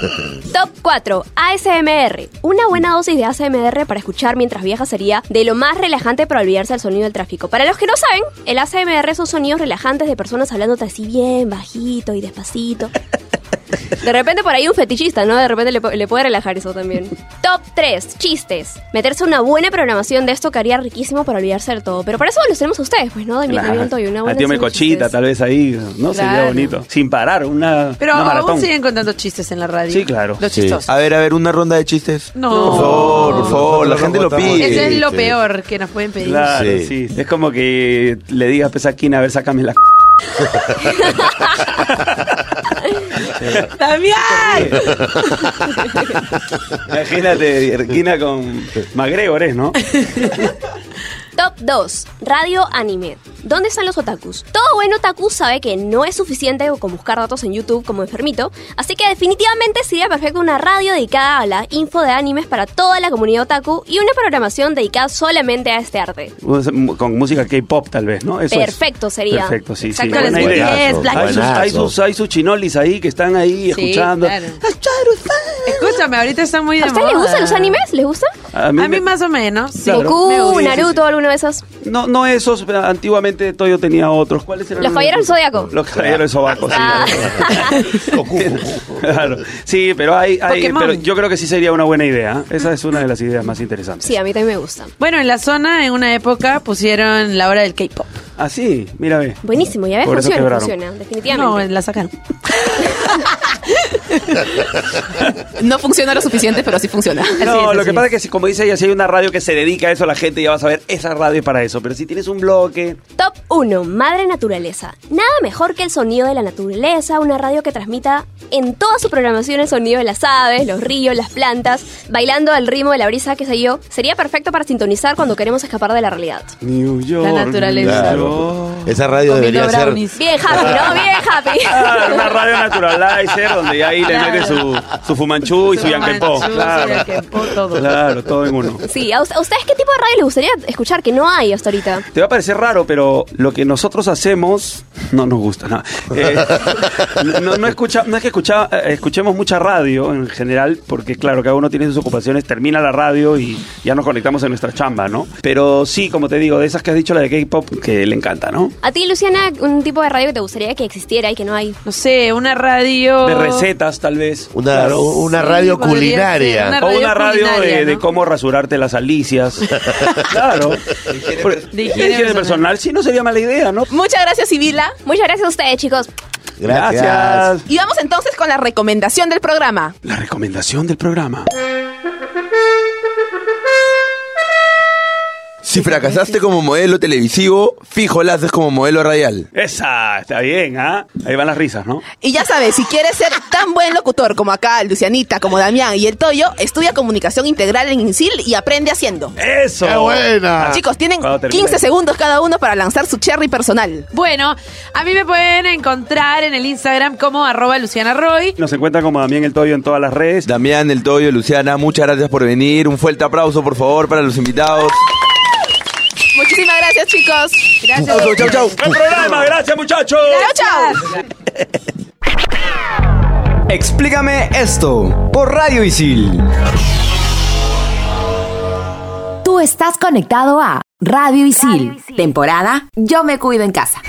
[SPEAKER 15] Top 4. ASMR. Una buena dosis de ASMR para escuchar mientras viajas sería de lo más relajante para olvidarse del sonido del tráfico. Para los que no saben, el ASMR son sonidos relajantes de personas hablándote así bien bajito y despacito. De repente por ahí un fetichista, ¿no? De repente le, pu- le puede relajar eso también. Top 3. Chistes. Meterse una buena programación de esto que haría riquísimo para olvidarse de todo. Pero para eso los tenemos a ustedes, pues, ¿no? De
[SPEAKER 3] Claro.
[SPEAKER 15] invitamiento y una
[SPEAKER 3] Al
[SPEAKER 15] buena...
[SPEAKER 3] tío Melcochita, tal vez ahí, ¿no? Sería
[SPEAKER 15] Claro.
[SPEAKER 3] bonito. Sin parar, una,
[SPEAKER 8] Pero
[SPEAKER 3] una
[SPEAKER 8] aún
[SPEAKER 3] maratón.
[SPEAKER 8] siguen contando chistes en la radio.
[SPEAKER 3] Sí, claro.
[SPEAKER 8] Los
[SPEAKER 3] Sí.
[SPEAKER 8] chistosos.
[SPEAKER 4] A ver, a ver, una ronda de chistes.
[SPEAKER 8] No.
[SPEAKER 4] Por favor, por favor, la gente lo pide.
[SPEAKER 8] Eso es lo peor que nos pueden pedir.
[SPEAKER 3] Claro, sí. Es como que le digas pues, a Kina, a ver, sácame la...
[SPEAKER 8] ¡Damián!
[SPEAKER 3] Imagínate, Kina con McGregor, ¿es, no?
[SPEAKER 15] Top 2. Radio anime. ¿Dónde están los otakus? Todo buen otaku sabe que no es suficiente con buscar datos en YouTube como enfermito, así que definitivamente sería perfecto una radio dedicada a la info de animes para toda la comunidad otaku y una programación dedicada solamente a este arte.
[SPEAKER 3] Con música K-pop, tal vez, ¿no? Eso es.
[SPEAKER 15] Perfecto sería.
[SPEAKER 3] Perfecto, sí,
[SPEAKER 15] Exacto,
[SPEAKER 3] sí.
[SPEAKER 15] les
[SPEAKER 3] Buena
[SPEAKER 15] gusta.
[SPEAKER 3] idea.
[SPEAKER 15] Yes, Black-
[SPEAKER 3] hay, sus, hay, sus, hay sus chinolis ahí que están ahí
[SPEAKER 8] Sí,
[SPEAKER 3] escuchando.
[SPEAKER 8] claro. Escúchame, ahorita están muy de
[SPEAKER 15] ¿A ustedes les
[SPEAKER 8] moda.
[SPEAKER 15] gustan los animes? ¿Les gusta?
[SPEAKER 3] A
[SPEAKER 8] A mí
[SPEAKER 3] me-
[SPEAKER 8] más o menos. sí.
[SPEAKER 3] Claro. Me
[SPEAKER 15] Goku,
[SPEAKER 3] gusta.
[SPEAKER 15] Naruto, alguno de esos.
[SPEAKER 3] No, no esos, pero antiguamente Toyo tenía otros. ¿Cuáles eran?
[SPEAKER 15] Los Caballeros del Zodiaco.
[SPEAKER 3] Los caballeros de sobaco, sí.
[SPEAKER 15] Ah.
[SPEAKER 3] Claro. Sí, pero hay, hay-
[SPEAKER 8] Pokémon.
[SPEAKER 3] pero yo creo que sí sería una buena idea. Esa es una de las ideas más interesantes.
[SPEAKER 15] Sí, a mí también me gustan.
[SPEAKER 8] Bueno, en la zona, en una época, pusieron la hora del K-pop.
[SPEAKER 3] Ah, sí, mira ve.
[SPEAKER 15] Buenísimo, ya ves,
[SPEAKER 3] Por eso
[SPEAKER 15] funciona,
[SPEAKER 3] quebraron.
[SPEAKER 15] funciona, definitivamente.
[SPEAKER 8] No, la sacaron.
[SPEAKER 6] No funciona lo suficiente, pero sí funciona.
[SPEAKER 3] No, lo que pasa es que si, como dice ella, si hay una radio que se dedica a eso, la gente ya va a saber, esa radio es para eso. Pero si tienes un bloque,
[SPEAKER 15] Top 1. Madre Naturaleza. Nada mejor que el sonido de la naturaleza, una radio que transmita en toda su programación el sonido de las aves, los ríos, las plantas, bailando al ritmo de la brisa, qué sé yo, sería perfecto para sintonizar cuando queremos escapar de la realidad.
[SPEAKER 7] New York.
[SPEAKER 15] La naturaleza.
[SPEAKER 7] Claro. Esa radio debería ser.
[SPEAKER 15] Bien happy, ¿no? Bien
[SPEAKER 3] Ah, una
[SPEAKER 15] happy.
[SPEAKER 3] radio naturalizer donde ahí le
[SPEAKER 15] Claro.
[SPEAKER 3] mete su, su fumanchú y su, yanquempó.
[SPEAKER 15] fumanchú, su
[SPEAKER 3] Claro. claro, todo en uno.
[SPEAKER 15] Sí, ¿a us- a ustedes qué tipo de radio les gustaría escuchar que no hay hasta ahorita?
[SPEAKER 3] Te va a parecer raro, pero lo que nosotros hacemos no nos gusta nada. Eh, no, no escucha, no es que escucha- eh, escuchemos mucha radio en general, porque claro, cada uno tiene sus ocupaciones, termina la radio y ya nos conectamos en nuestra chamba, ¿no? Pero sí, como te digo, de esas que has dicho, la de K-pop, que le encanta, ¿no?
[SPEAKER 15] A ti, Luciana, un tipo de radio que te gustaría que existiera y que no hay.
[SPEAKER 8] No sé, una radio.
[SPEAKER 3] De recetas, tal vez.
[SPEAKER 7] Una- una Sí, radio podría culinaria. ser una
[SPEAKER 3] o
[SPEAKER 7] radio
[SPEAKER 3] una radio
[SPEAKER 7] culinaria,
[SPEAKER 3] de, de
[SPEAKER 7] ¿no?
[SPEAKER 3] cómo rasurarte las alicias. claro. Porque- De higiene personal. sí no sería mala idea, ¿no?
[SPEAKER 6] Muchas gracias, Sibila.
[SPEAKER 15] Muchas gracias a ustedes, chicos.
[SPEAKER 3] Gracias. Gracias.
[SPEAKER 6] Y vamos entonces con la recomendación del programa.
[SPEAKER 3] La recomendación del programa.
[SPEAKER 4] Si fracasaste como modelo televisivo, fijo la haces como modelo radial.
[SPEAKER 3] Esa, está bien, ¿ah? Ahí van las risas, ¿no?
[SPEAKER 6] Y ya sabes, si quieres ser tan buen locutor como acá, Lucianita, como Damián y el Toyo, estudia comunicación integral en INSIL y aprende haciendo.
[SPEAKER 3] ¡Eso! Ah,
[SPEAKER 7] ¡Qué buena!
[SPEAKER 6] Chicos, tienen
[SPEAKER 7] Cuando termine.
[SPEAKER 6] 15 segundos cada uno para lanzar su cherry personal.
[SPEAKER 8] Bueno, a mí me pueden encontrar en el Instagram como arroba Luciana Roy.
[SPEAKER 3] Nos encuentran como Damián El Toyo en todas las redes.
[SPEAKER 4] Damián, El Toyo, Luciana, muchas gracias por venir. Un fuerte aplauso, por favor, para los invitados.
[SPEAKER 6] Muchísimas gracias, chicos. Gracias.
[SPEAKER 4] Chau, chau, chau.
[SPEAKER 3] ¡Buen programa! ¡Gracias, muchachos!
[SPEAKER 6] Chau, chau.
[SPEAKER 12] Explícame esto por Radio Isil.
[SPEAKER 1] Tú estás conectado a Radio Isil, temporada Yo me cuido en casa.